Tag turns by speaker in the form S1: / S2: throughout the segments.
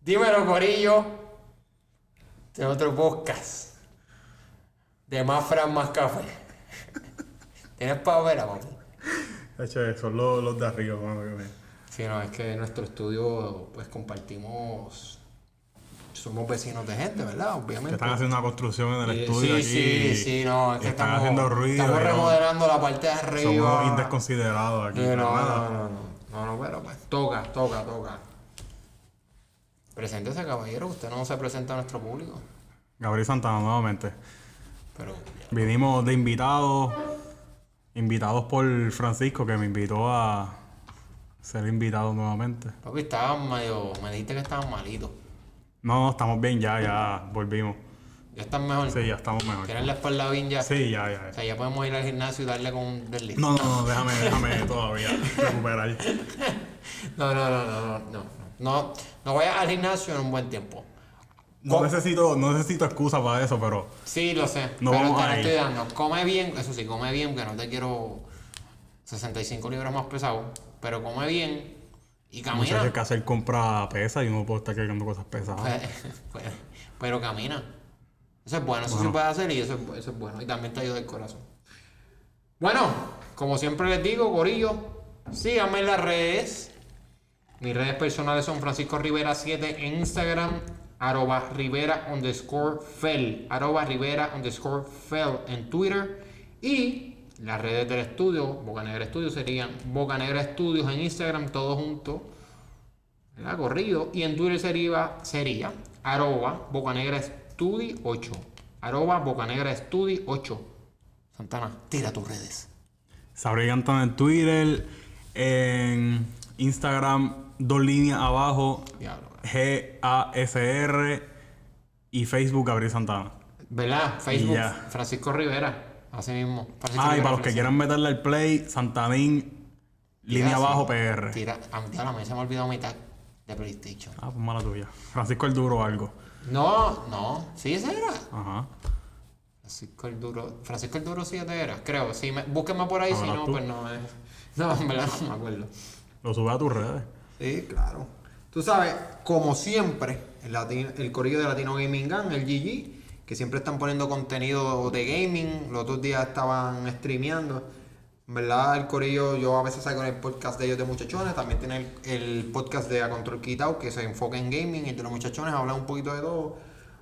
S1: Dímelo, Corillo. Este es otro podcast. De más Fran, más café. ¿Tienes pavera, papi?
S2: Hecho, son los, los de arriba, mano, que me-
S1: Sí, no, es que en nuestro estudio, pues compartimos. Somos vecinos de gente, ¿verdad?
S2: que
S1: Obviamente.
S2: están haciendo una construcción en el
S1: Eh,
S2: estudio
S1: sí, sí,
S2: aquí.
S1: sí, no, es
S2: y
S1: que
S2: están
S1: estamos,
S2: haciendo ruido.
S1: estamos
S2: y no,
S1: remodelando la parte de arriba.
S2: Somos unos indesconsiderados aquí.
S1: Sí, no, no,
S2: nada.
S1: no, no, no, no, pero pues toca, toca, toca. Preséntese, caballero, usted no se presenta a nuestro público,
S2: Gabriel Santana, nuevamente.
S1: pero
S2: Vinimos de invitados, invitados por Francisco, que me invitó a ser invitado nuevamente.
S1: papi, estaban medio, me dijiste que estaban malitos,
S2: No, no, estamos bien, ya, ya, volvimos.
S1: ya están mejor,
S2: Sí, ya estamos mejor.
S1: tienen la espalda bien ya,
S2: Sí, ya, ya.
S1: o sea, ya podemos ir al gimnasio y darle con un desliz.
S2: No, no, no, déjame, déjame todavía recuperar.
S1: No, no, no, no, no, no, no, no vayas al gimnasio en un buen tiempo.
S2: No necesito, no necesito excusa para eso, pero
S1: Sí, lo sé.
S2: No
S1: pero
S2: vamos
S1: te lo
S2: ahí.
S1: estoy dando. Come bien, eso sí, come bien, que no te quiero 65 libras más pesado. Pero come bien y
S2: muchachos hay
S1: camina.
S2: que hacer compra pesa y uno puede estar cargando cosas pesadas.
S1: Pero, Pues, pero camina. Eso es bueno, eso se
S2: Bueno.
S1: puede hacer y eso es, bu- eso es bueno. Y también te ayuda el corazón. Bueno, como siempre les digo, Gorillo, síganme en las redes. Mis redes personales son Francisco Rivera 7 en Instagram, arroba Rivera underscore Fel, arroba Rivera underscore Fel en Twitter y las redes del estudio, Boca Negra Estudios serían Boca Negra Estudios en Instagram, todo junto, ¿verdad? Corrido. Y en Twitter sería, sería arroba Boca Negra Estudi 8, arroba Boca Negra Estudi 8. Santana, tira tus redes.
S2: Sabré Cantón en Twitter, en Instagram, dos líneas abajo,
S1: Diablo.
S2: G-A-S-R y Facebook Gabriel Santana.
S1: ¿Verdad? Facebook,
S2: ya.
S1: Francisco Rivera, así mismo. Francisco
S2: Ah,
S1: Rivera
S2: y para los que
S1: Francisco.
S2: quieran meterle al play, Santanín, línea
S1: Tira,
S2: abajo
S1: sí.
S2: PR.
S1: Tira, a mí a mí se me ha olvidado mi tag de PlayStation.
S2: Ah, pues mala tuya. Francisco el Duro o algo.
S1: No, no, sí, ese era.
S2: Ajá.
S1: Francisco el Duro, Francisco el Duro 7 era, creo. Sí, me, búsquenme por ahí, si
S2: Ahora
S1: no,
S2: tú.
S1: pues no es. No, en verdad no me acuerdo.
S2: Lo sube a tus redes.
S1: Sí, claro. Tú sabes, como siempre, el, Latino- el corillo de Latino Gaming Gang, el GG, que siempre están poniendo contenido de gaming. Los otros días estaban streameando. En verdad, el corillo, yo a veces saco el podcast de ellos de muchachones. También tiene el, el podcast de A Control Quitao, que se enfoca en gaming. El de los muchachones habla un poquito de todo.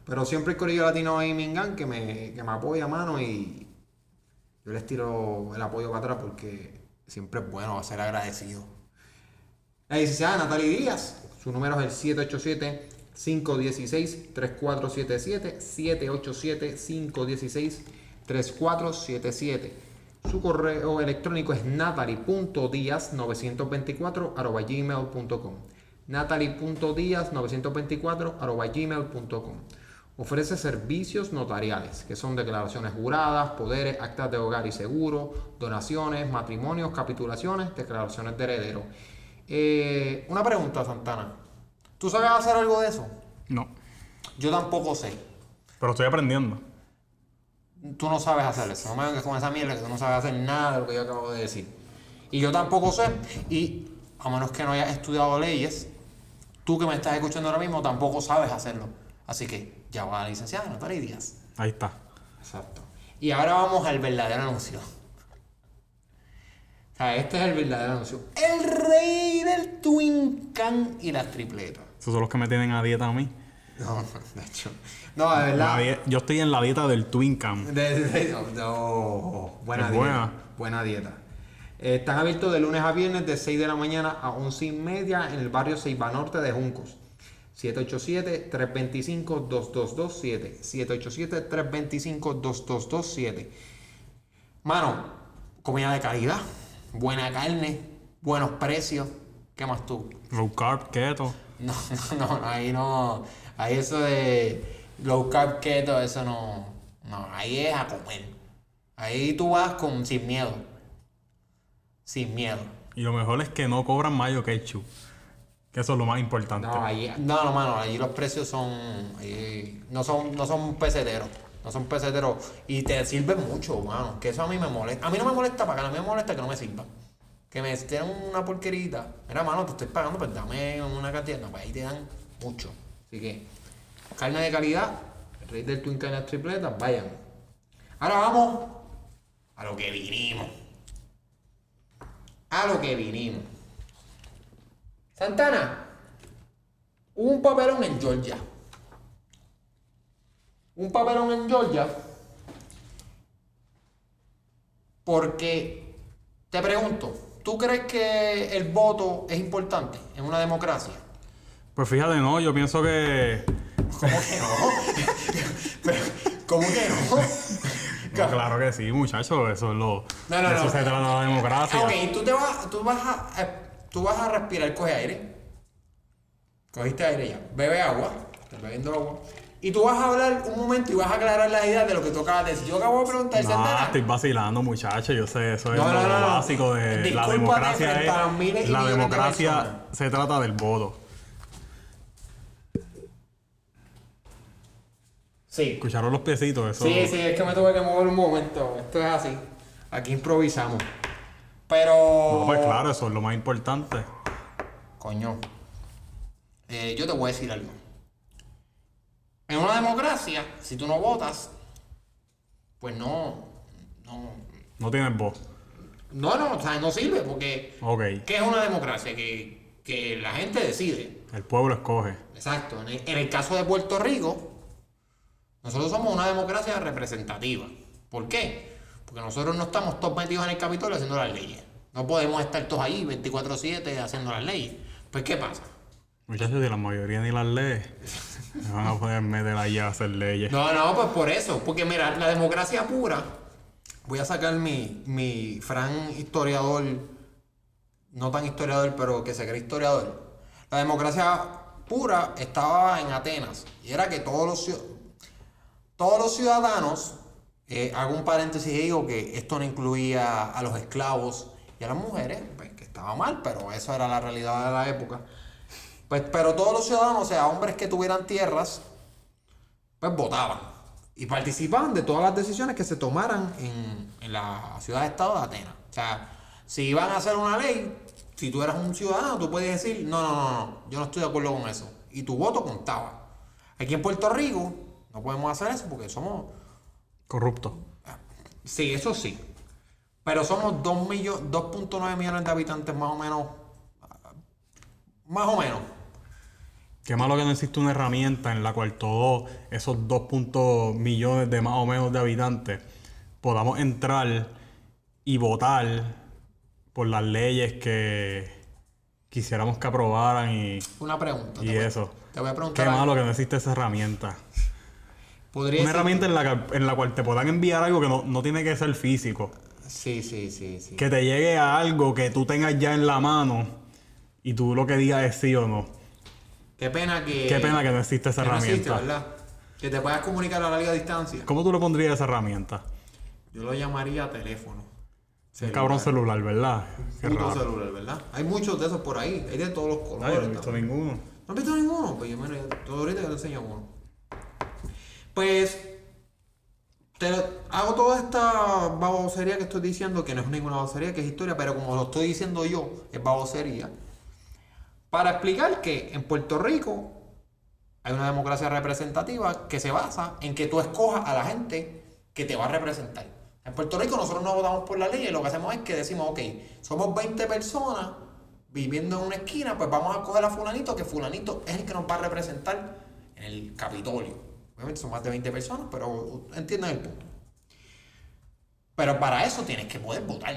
S1: Pero siempre el corillo de Latino Gaming Gang que me, que me apoya, mano, y yo les tiro el apoyo para atrás porque siempre es bueno ser agradecido. La licenciada Natalie Díaz, su número es el 787-516-3477, 787-516-3477. Su correo electrónico es natalie.díaz924 arroba gmail.com. Natalie.díaz924 arroba gmail.com. Ofrece servicios notariales, que son declaraciones juradas, poderes, actas de hogar y seguro, donaciones, matrimonios, capitulaciones, declaraciones de heredero. Eh, una pregunta, Santana. ¿Tú sabes hacer algo de eso?
S2: No.
S1: Yo tampoco sé.
S2: Pero estoy aprendiendo.
S1: Tú no sabes hacer eso. No me vengas con esa mierda que tú no sabes hacer nada de lo que yo acabo de decir. Y yo tampoco sé. Y a menos que no hayas estudiado leyes, tú que me estás escuchando ahora mismo tampoco sabes hacerlo. Así que ya va la licenciada Natalia Díaz.
S2: Ahí está.
S1: Exacto. Y ahora vamos al verdadero anuncio. O sea, este es el verdadero anuncio. El rey del Twin Can y las tripletas.
S2: Esos son los que me tienen a dieta a mí.
S1: No, de hecho. No, de
S2: La
S1: verdad.
S2: die- yo estoy en la dieta del Twin Cam.
S1: de- de- no, no, buena
S2: Es
S1: dieta.
S2: buena.
S1: Buena, dieta. Eh, están abiertos de lunes a viernes de 6 de la mañana a 11 y media en el barrio Ceiba Norte de Juncos. 787-325-2227. 787-325-2227. Mano, comida de calidad, buena carne, buenos precios. ¿Qué más tú?
S2: Low carb, keto.
S1: No, no, no, ahí no. Ahí eso de low carb keto, eso no. No, ahí es a comer. Ahí tú vas con, sin miedo. Sin miedo.
S2: Y lo mejor es que no cobran mayo ketchup. Que eso es lo más importante.
S1: No, ahí, no, no, mano, ahí los precios son, ahí no son, no son peseteros, no son peseteros y te sirven mucho, mano, que eso a mí me molesta, a mí no me molesta pagar, a mí me molesta que no me sirvan, que me den una porquerita, mira, mano, te estoy pagando, pues dame una cantidad, no, pues ahí te dan mucho, Así que, carne de calidad, el rey del Twin Carne Tripletas, vayan. Ahora vamos a lo que vinimos. A lo que vinimos. Santana, hubo un papelón en Georgia. Un papelón en Georgia. Porque te pregunto, ¿tú crees que el voto es importante en una democracia?
S2: Pues fíjate, no, yo pienso que.
S1: ¿Cómo que no? Pero, ¿Cómo que
S2: No,
S1: no?
S2: claro que sí, muchachos, eso es lo.
S1: No, no,
S2: de eso
S1: no.
S2: se trata la democracia.
S1: Ok, tú te vas, tú vas a, a- tú vas a respirar, coge aire. Cogiste aire ya. Bebe agua. Estás bebiendo agua. Y tú vas a hablar un momento y vas a aclarar las ideas de lo que tú acabas de decir. Yo acabo de preguntar,
S2: No,
S1: Santana.
S2: estoy vacilando, muchachos. Yo sé, eso es
S1: No, no,
S2: lo
S1: no, no.
S2: básico de la
S1: Discúlpate
S2: democracia.
S1: frente a los miles
S2: Es,
S1: y
S2: la
S1: millones de
S2: democracia se trata del voto.
S1: Sí.
S2: Escucharon los piecitos, eso.
S1: Sí, sí, es que me tuve que mover un momento. Esto es así. Aquí improvisamos. Pero.
S2: No, pues claro, eso es lo más importante.
S1: Coño. Eh, yo te voy a decir algo. En una democracia, si tú no votas, pues no. No,
S2: No tienes voz.
S1: no, no, o sea, no sirve porque.
S2: Ok.
S1: ¿Qué es una democracia? Que, que la gente decide.
S2: El pueblo escoge.
S1: Exacto. En el, en el caso de Puerto Rico, nosotros somos una democracia representativa. ¿Por qué? Porque nosotros no estamos todos metidos en el Capitolio haciendo las leyes. No podemos estar todos ahí 24-7 haciendo las leyes. Pues, ¿qué pasa?
S2: Muchachos, si la mayoría ni las lee, me van a poder meter ahí a hacer leyes.
S1: No, no, pues por eso. Porque mira, la democracia pura. Voy a sacar mi, mi Fran historiador. No tan historiador, pero que se cree historiador. La democracia pura estaba en Atenas. Y era que todos los, ciu- todos los ciudadanos. eh, hago un paréntesis y digo que esto no incluía a los esclavos y a las mujeres, pues, que estaba mal, pero eso era la realidad de la época. Pues, pero todos los ciudadanos, o sea, hombres que tuvieran tierras, pues votaban y participaban de todas las decisiones que se tomaran en, en la ciudad-estado de Atenas. O sea, si iban a hacer una ley, si tú eras un ciudadano, tú podías decir, no, no, no, no, yo no estoy de acuerdo con eso. Y tu voto contaba. Aquí en Puerto Rico no podemos hacer eso porque somos...
S2: Corrupto.
S1: Sí, eso sí. Pero somos 2 millo- 2.9 millones de habitantes más o menos. ah, Más o menos.
S2: Qué malo que no existe una herramienta en la cual todos esos 2. millones de más o menos de habitantes podamos entrar y votar por las leyes que quisiéramos que aprobaran y,
S1: Una pregunta.
S2: y
S1: te voy-
S2: eso.
S1: Te voy a preguntar.
S2: Qué
S1: algo.
S2: malo que no existe esa herramienta.
S1: ¿Podría
S2: Una
S1: ser-
S2: herramienta en la, que- en la cual te puedan enviar algo que no, no tiene que ser físico.
S1: Sí, sí, sí, sí.
S2: Que te llegue a algo que tú tengas ya en la mano y tú lo que digas es sí o no.
S1: Qué pena que.
S2: Qué pena que no existe esa
S1: Eh, que no existe,
S2: herramienta.
S1: ¿verdad? Que te puedas comunicar a larga distancia.
S2: ¿Cómo tú le pondrías esa herramienta?
S1: Yo lo llamaría teléfono.
S2: Un cabrón celular, ¿verdad? Qué
S1: Puto
S2: raro.
S1: celular, ¿verdad? Hay muchos de esos por ahí. Hay de todos los
S2: No, yo
S1: colores.
S2: no he
S1: también.
S2: visto ninguno.
S1: ¿No has visto ninguno? Pues yo, bueno, yo- tú ahorita yo te enseño uno. Pues, te lo- hago toda esta babosería que estoy diciendo, que no es ninguna babosería, que es historia, pero como lo estoy diciendo yo, es babosería, para explicar que en Puerto Rico hay una democracia representativa que se basa en que tú escojas a la gente que te va a representar. En Puerto Rico nosotros no votamos por la ley y lo que hacemos es que decimos, ok, somos 20 personas viviendo en una esquina, pues vamos a coger a fulanito, que fulanito es el que nos va a representar en el Capitolio. Obviamente son más de 20 personas, pero entienden el punto. Pero para eso tienes que poder votar.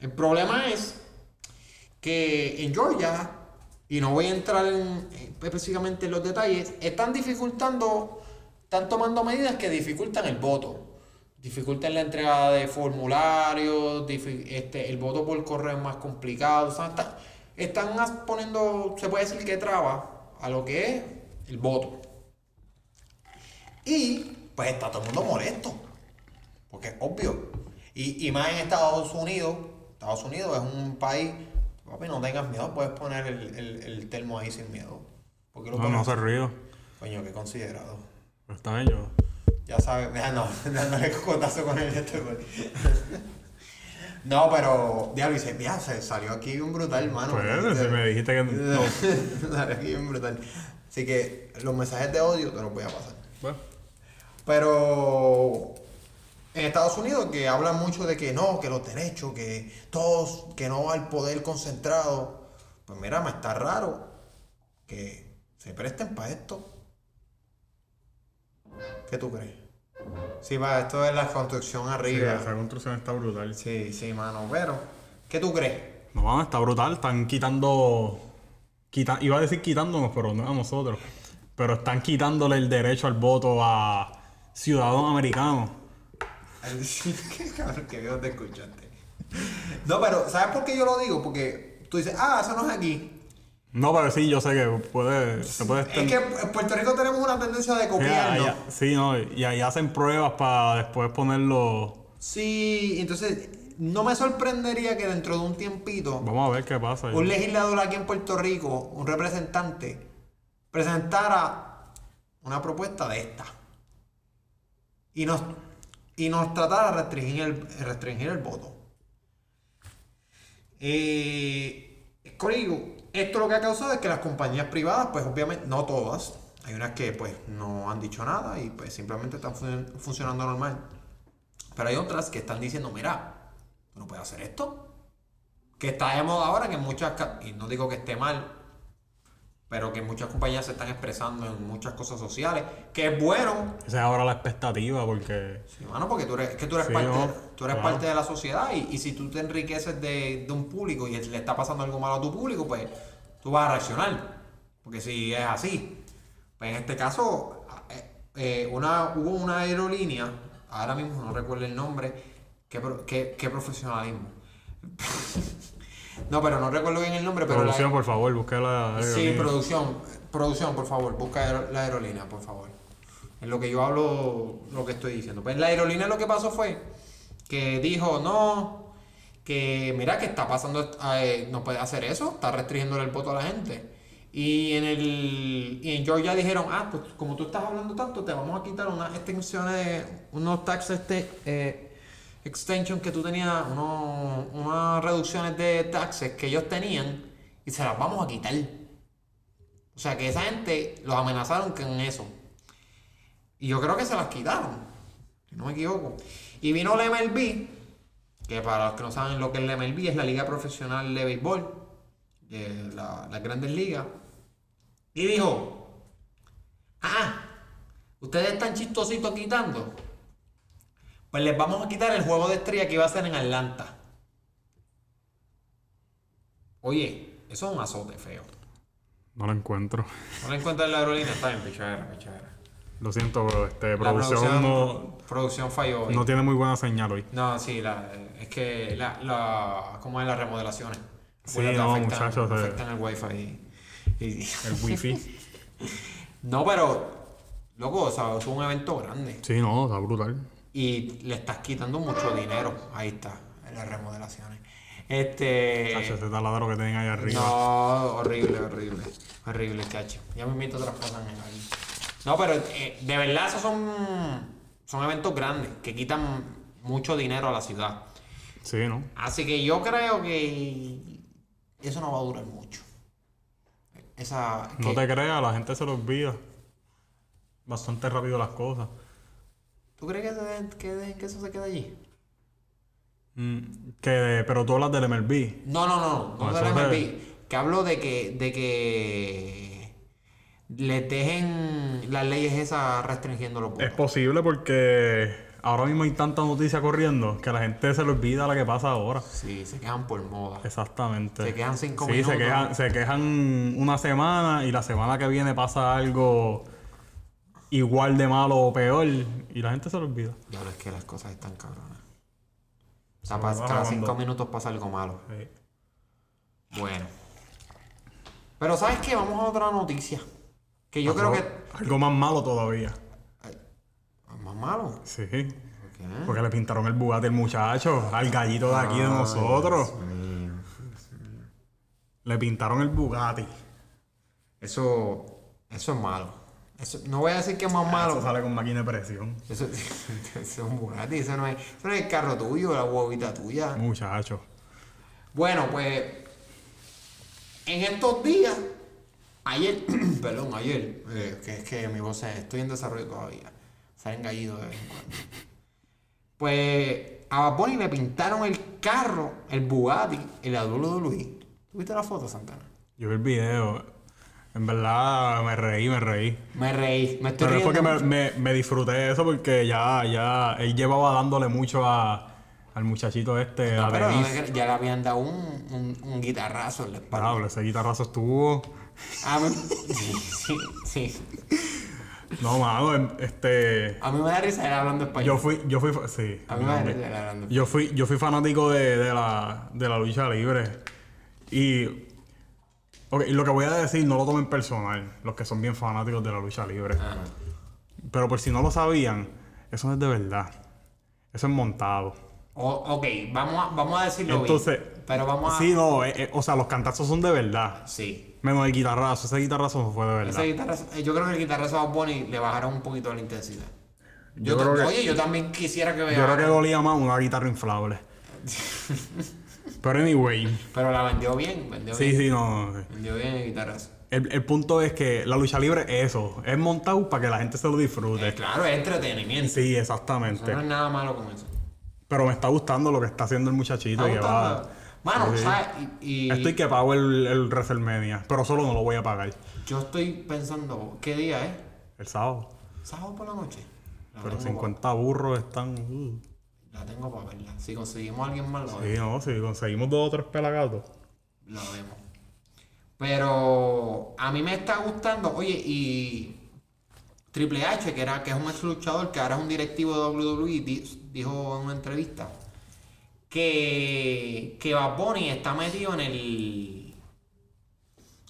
S1: El problema es que en Georgia, y no voy a entrar en, en- específicamente en los detalles, están dificultando, están tomando medidas que dificultan el voto. Dificultan la entrega de formularios, difi- este, el voto por correo es más complicado. o sea, está- están as- poniendo, se puede decir que traba a lo que es el voto. Y pues está todo el mundo molesto. Porque es obvio. Y, y más en Estados Unidos. Estados Unidos es un país. Papi, no tengas miedo, puedes poner el, el, el termo ahí sin miedo. Porque lo
S2: No,
S1: pones?
S2: no se río.
S1: Coño, qué considerado.
S2: Pero está bien, yo.
S1: Ya sabes, ah, no, dándole cocotazo con el este güey. No, pero, diablo, y se, ya, se salió aquí bien brutal, hermano.
S2: Pues, si me dijiste que no.
S1: Salió aquí bien brutal. Así que los mensajes de odio te los voy a pasar.
S2: Bueno,
S1: Pero en Estados Unidos que hablan mucho de que no, que los derechos, que todos, que no va el poder concentrado. Pues mira, me está raro que se presten para esto. ¿Qué tú crees? Sí, va, esto es la construcción
S2: sí,
S1: arriba.
S2: esa construcción está brutal.
S1: Sí, sí, mano, pero ¿qué tú crees?
S2: No, mano, está brutal. Están quitando. quita- iba a decir quitándonos, pero no a nosotros. Pero están quitándole el derecho al voto a ciudadanos americanos.
S1: Qué cabrón, que bien te escuchaste. No, pero ¿sabes por qué yo lo digo? Porque tú dices, ah, eso no es aquí.
S2: No, pero sí, yo sé que puede, se puede
S1: Es que en Puerto Rico tenemos una tendencia de
S2: Ya,
S1: copiarnos.
S2: ya, sí, no, y ahí hacen pruebas para después ponerlo.
S1: Sí, entonces no me sorprendería que dentro de un tiempito
S2: Vamos a ver qué pasa.
S1: un legislador aquí en Puerto Rico, un representante, presentara una propuesta de esta. Y nos, y nos tratara de restringir el, restringir el voto. Eh, Corillo, esto lo que ha causado es que las compañías privadas, pues obviamente, no todas, hay unas que pues no han dicho nada y pues simplemente están fun- funcionando normal. Pero hay otras que están diciendo, mira, tú no puedes hacer esto que está de moda ahora que muchas, ca- y no digo que esté mal, pero que muchas compañías se están expresando en muchas cosas sociales, que es bueno,
S2: Esa es ahora la expectativa, porque.
S1: sí, mano, porque tú eres, es que tú eres,
S2: Sí,
S1: parte,
S2: no,
S1: tú eres
S2: claro.
S1: parte de la sociedad y, y si tú te enriqueces de, de un público y le está pasando algo malo a tu público, pues tú vas a reaccionar, porque si es así. Pues en este caso, eh, eh, una, hubo una aerolínea, ahora mismo no recuerdo el nombre, qué, pro- qué- qué profesionalismo. no, pero no recuerdo bien el nombre, pero la-
S2: producción, por favor, eh, busque la.
S1: Sí, producción, producción, por favor, busca aer- la aerolínea, por favor. En lo que yo hablo, lo que estoy diciendo. Pues la aerolínea lo que pasó fue que dijo, no, que mira que está pasando, eh, no puede hacer eso, está restringiéndole el voto a la gente. Y en el y en Georgia dijeron, ah, pues como tú estás hablando tanto, te vamos a quitar unas extensiones, unos taxes este, eh, extension que tú tenías, unos- unas reducciones de taxes que ellos tenían y se las vamos a quitar. O sea que esa gente los amenazaron con eso. Y yo creo que se las quitaron, si no me equivoco. Y vino la MLB, que para los que no saben lo que es la MLB, es la Liga Profesional de Béisbol, de la- las grandes ligas, y dijo, ah, ustedes están chistositos quitando. Pues les vamos a quitar el juego de estrella que iba a ser en Atlanta. Oye, eso es un azote feo.
S2: No la encuentro.
S1: No la encuentras en la aerolínea, está bien, pichadera, pichadera.
S2: Lo siento, pero este,
S1: La
S2: producción no,
S1: producción falló hoy.
S2: no tiene muy buena señal hoy.
S1: No, sí, la, es que la, la, ¿cómo es las remodelaciones?
S2: Sí,
S1: Bueno, te
S2: no,
S1: afectan,
S2: muchachos, eh.
S1: afectan el wifi. Y, y-
S2: El wifi.
S1: No, pero, loco, o sea, es un evento grande.
S2: sí, no, está brutal.
S1: Y le estás quitando mucho dinero. Ahí está, las remodelaciones. Este...
S2: Cacho, ese taladro que tienen ahí arriba.
S1: No, horrible, horrible. Horrible, cacho. Ya me invito otras cosas en el aire. No, pero eh, de verdad esos son, son eventos grandes que quitan mucho dinero a la ciudad.
S2: Sí, ¿no?
S1: Así que yo creo que eso no va a durar mucho. Esa.
S2: No
S1: que-
S2: te creas, la gente se lo olvida. Bastante rápido las cosas.
S1: ¿Tú crees que, se- que dejen que eso se quede allí?
S2: Mm, que, pero tú hablas del MLB.
S1: No, no, no, no,
S2: Con
S1: no
S2: eso
S1: de la
S2: se-
S1: MLB. Que hablo de que, de que les dejen las leyes esas restringiendo los votos.
S2: Es posible porque ahora mismo hay tanta noticia corriendo que la gente se le olvida la que pasa ahora.
S1: Sí, se quejan por moda.
S2: Exactamente.
S1: Se quedan cinco
S2: sí,
S1: minutos.
S2: Se quejan, se quejan una semana y la semana que viene pasa algo igual de malo o peor y la gente se lo olvida.
S1: Y ahora es que las cosas están cabronas. O sea,
S2: Se
S1: pas-
S2: me va
S1: cada
S2: grabando.
S1: cinco minutos pasa algo malo.
S2: Sí.
S1: Bueno. Pero ¿sabes qué? Vamos a otra noticia. Que yo creo que...
S2: Algo más malo todavía.
S1: Más malo.
S2: Sí.
S1: ¿Por qué?
S2: Porque le pintaron el Bugatti al muchacho, al gallito de aquí de
S1: Ah,
S2: nosotros. Le pintaron el Bugatti.
S1: Eso... Eso es malo. Eso- no voy a decir que es más
S2: Ah, Eso
S1: malo.
S2: sale con máquina de presión.
S1: Eso, eso es un Bugatti, eso no, es, eso no es el carro tuyo, la huevita tuya.
S2: Muchachos.
S1: Bueno, pues en estos días, ayer, perdón, ayer, eh, que es que mi voz es, estoy en desarrollo todavía, salen gallitos de vez en cuando. Pues a Bad Bunny le pintaron el carro, el Bugatti, el adulto de Luis. ¿Tuviste la foto, Santana?
S2: Yo vi el video. En verdad me reí, me reí.
S1: Me reí, me estoy
S2: Pero es
S1: riendo.
S2: porque me, me- me disfruté de eso porque ya, ya, él llevaba dándole mucho a, al muchachito este, a
S1: Pero
S2: Denise.
S1: ya le habían dado un, un, un guitarrazo en la espalda.
S2: Diablo, ese guitarrazo estuvo. Ah,
S1: A mí, sí, sí, sí.
S2: No, mano, em- este.
S1: A mí me da risa él hablando español.
S2: Yo fui, yo fui, fa- sí.
S1: a mí me da risa él hablando español.
S2: Yo fui, yo fui fanático de, de la, de la lucha libre. Y. ok, y lo que voy a decir no lo tomen personal, los que son bien fanáticos de la lucha libre.
S1: Ajá.
S2: Pero por si no lo sabían, eso no es de verdad. Eso es montado.
S1: O- ok, vamos a, vamos a decirlo
S2: Entonces-
S1: bien. Pero vamos a.
S2: Sí, no, eh, eh, o sea, los cantazos son de verdad.
S1: Sí.
S2: Menos el guitarrazo, ese guitarrazo no fue de verdad.
S1: Ese guitarrazo- eh, yo creo que el guitarrazo a Bad Bunny le bajaron un poquito la intensidad. Yo
S2: Yo
S1: ta-
S2: creo que-
S1: Oye, yo también quisiera que
S2: Yo creo que
S1: vea.
S2: dolía más una guitarra inflable. Pero anyway,
S1: Pero la vendió bien, vendió
S2: sí,
S1: bien.
S2: sí, no. no, sí.
S1: Vendió bien el guitarrazo.
S2: El, el punto es que la lucha libre es eso, es montado para que la gente se lo disfrute.
S1: Eh, claro, es entretenimiento.
S2: Sí,
S1: O sea,
S2: exactamente.
S1: No es nada malo con eso.
S2: Pero me está gustando lo que está haciendo el muchachito.
S1: Me
S2: que
S1: gusta
S2: va-
S1: nada. Mano,
S2: Sí.
S1: ¿sabes? Y, y
S2: Estoy que pago el, el WrestleMania, pero solo no lo voy a pagar.
S1: yo estoy pensando, ¿qué día es?
S2: El sábado.
S1: ¿Sábado por la noche? La
S2: Pero
S1: tengo
S2: 50 burros están. uh.
S1: pa- La tengo para verla. Si conseguimos a alguien más, la
S2: Sí, no, si conseguimos dos o tres pelagatos.
S1: Lo vemos. Pero a mí me está gustando, oye, y Triple H, que, era, que es un ex luchador, que ahora es un directivo de WWE, di- dijo en una entrevista que, que Bad Bunny está metido en el,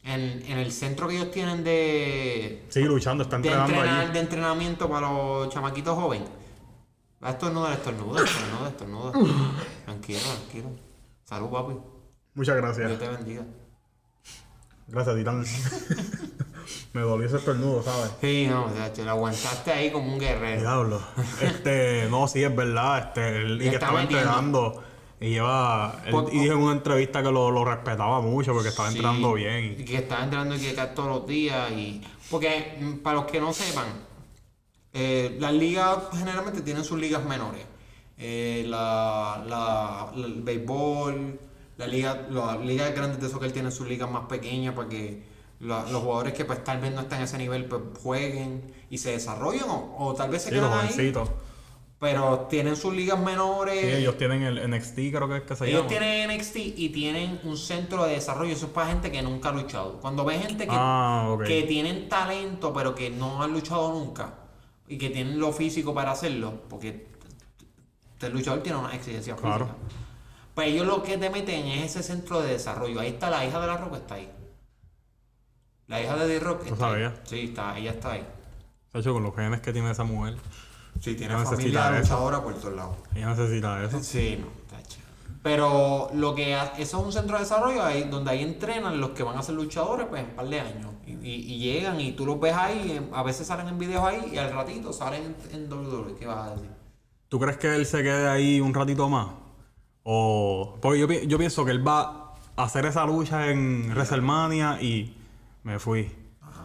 S1: en, en el centro que ellos tienen de,
S2: Sí, luchando, está
S1: de,
S2: entrenando
S1: entrenar,
S2: allí.
S1: de entrenamiento para los chamaquitos jóvenes. Ah, Va estornuda, estornuda, estornuda, estornuda. Tranquilo, tranquilo. Salud, papi.
S2: Muchas
S1: Dios
S2: gracias.
S1: te bendiga.
S2: Gracias, Titán. me dolió ese estornudo, ¿sabes?
S1: Sí, no, o sea, te lo aguantaste ahí como un guerrero.
S2: Diablo. Este, no, sí, es verdad. Este, él-
S1: Le
S2: y que
S1: está
S2: estaba
S1: metiendo.
S2: entrenando. Y lleva. él-
S1: Por-
S2: y dijo en una entrevista que lo, lo respetaba mucho porque estaba
S1: Sí,
S2: entrenando bien.
S1: Y que estaba entrando y que acá todos los días. Y... Porque, mm, para los que no sepan, eh, las ligas generalmente tienen sus ligas menores. Eh, la, la, la- el béisbol, la liga, las ligas grandes de soccer tienen sus ligas más pequeñas para que la- los jugadores que pues, tal vez no están a ese nivel pues, jueguen y se desarrollen o, o tal vez se
S2: Sí, los
S1: quedan ahí.
S2: jovencitos.
S1: Pero tienen sus ligas menores.
S2: Sí, ellos tienen el NXT, creo que es que se
S1: Eh. Ellos
S2: llama.
S1: tienen NXT y tienen un centro de desarrollo. Eso es para gente que nunca ha luchado. Cuando ves gente que,
S2: Ah, ok.
S1: que tienen talento, pero que no han luchado nunca y que tienen lo físico para hacerlo, porque el luchador tiene una exigencia
S2: Claro.
S1: física. Pues ellos lo que te meten es ese centro de desarrollo. Ahí está la hija de la Rock, está ahí. La hija de The Rock.
S2: No
S1: está ahí.
S2: sabía.
S1: Sí, está, ella está ahí.
S2: De hecho, con los genes que tiene esa mujer,
S1: Sí, tiene
S2: No
S1: familia
S2: necesita eso.
S1: luchadora por todos lados.
S2: ella necesita eso.
S1: Sí, no, tacho. Pero lo que ha- eso es un centro de desarrollo ahí, donde ahí entrenan los que van a ser luchadores pues en un par de años. Y, y- y llegan y tú los ves ahí, en- a veces salen en videos ahí y al ratito salen en, en WWE. ¿Qué vas a decir?
S2: ¿Tú crees que él se quede ahí un ratito más? O. Porque yo, pi- yo pienso que él va a hacer esa lucha en WrestleMania y me fui.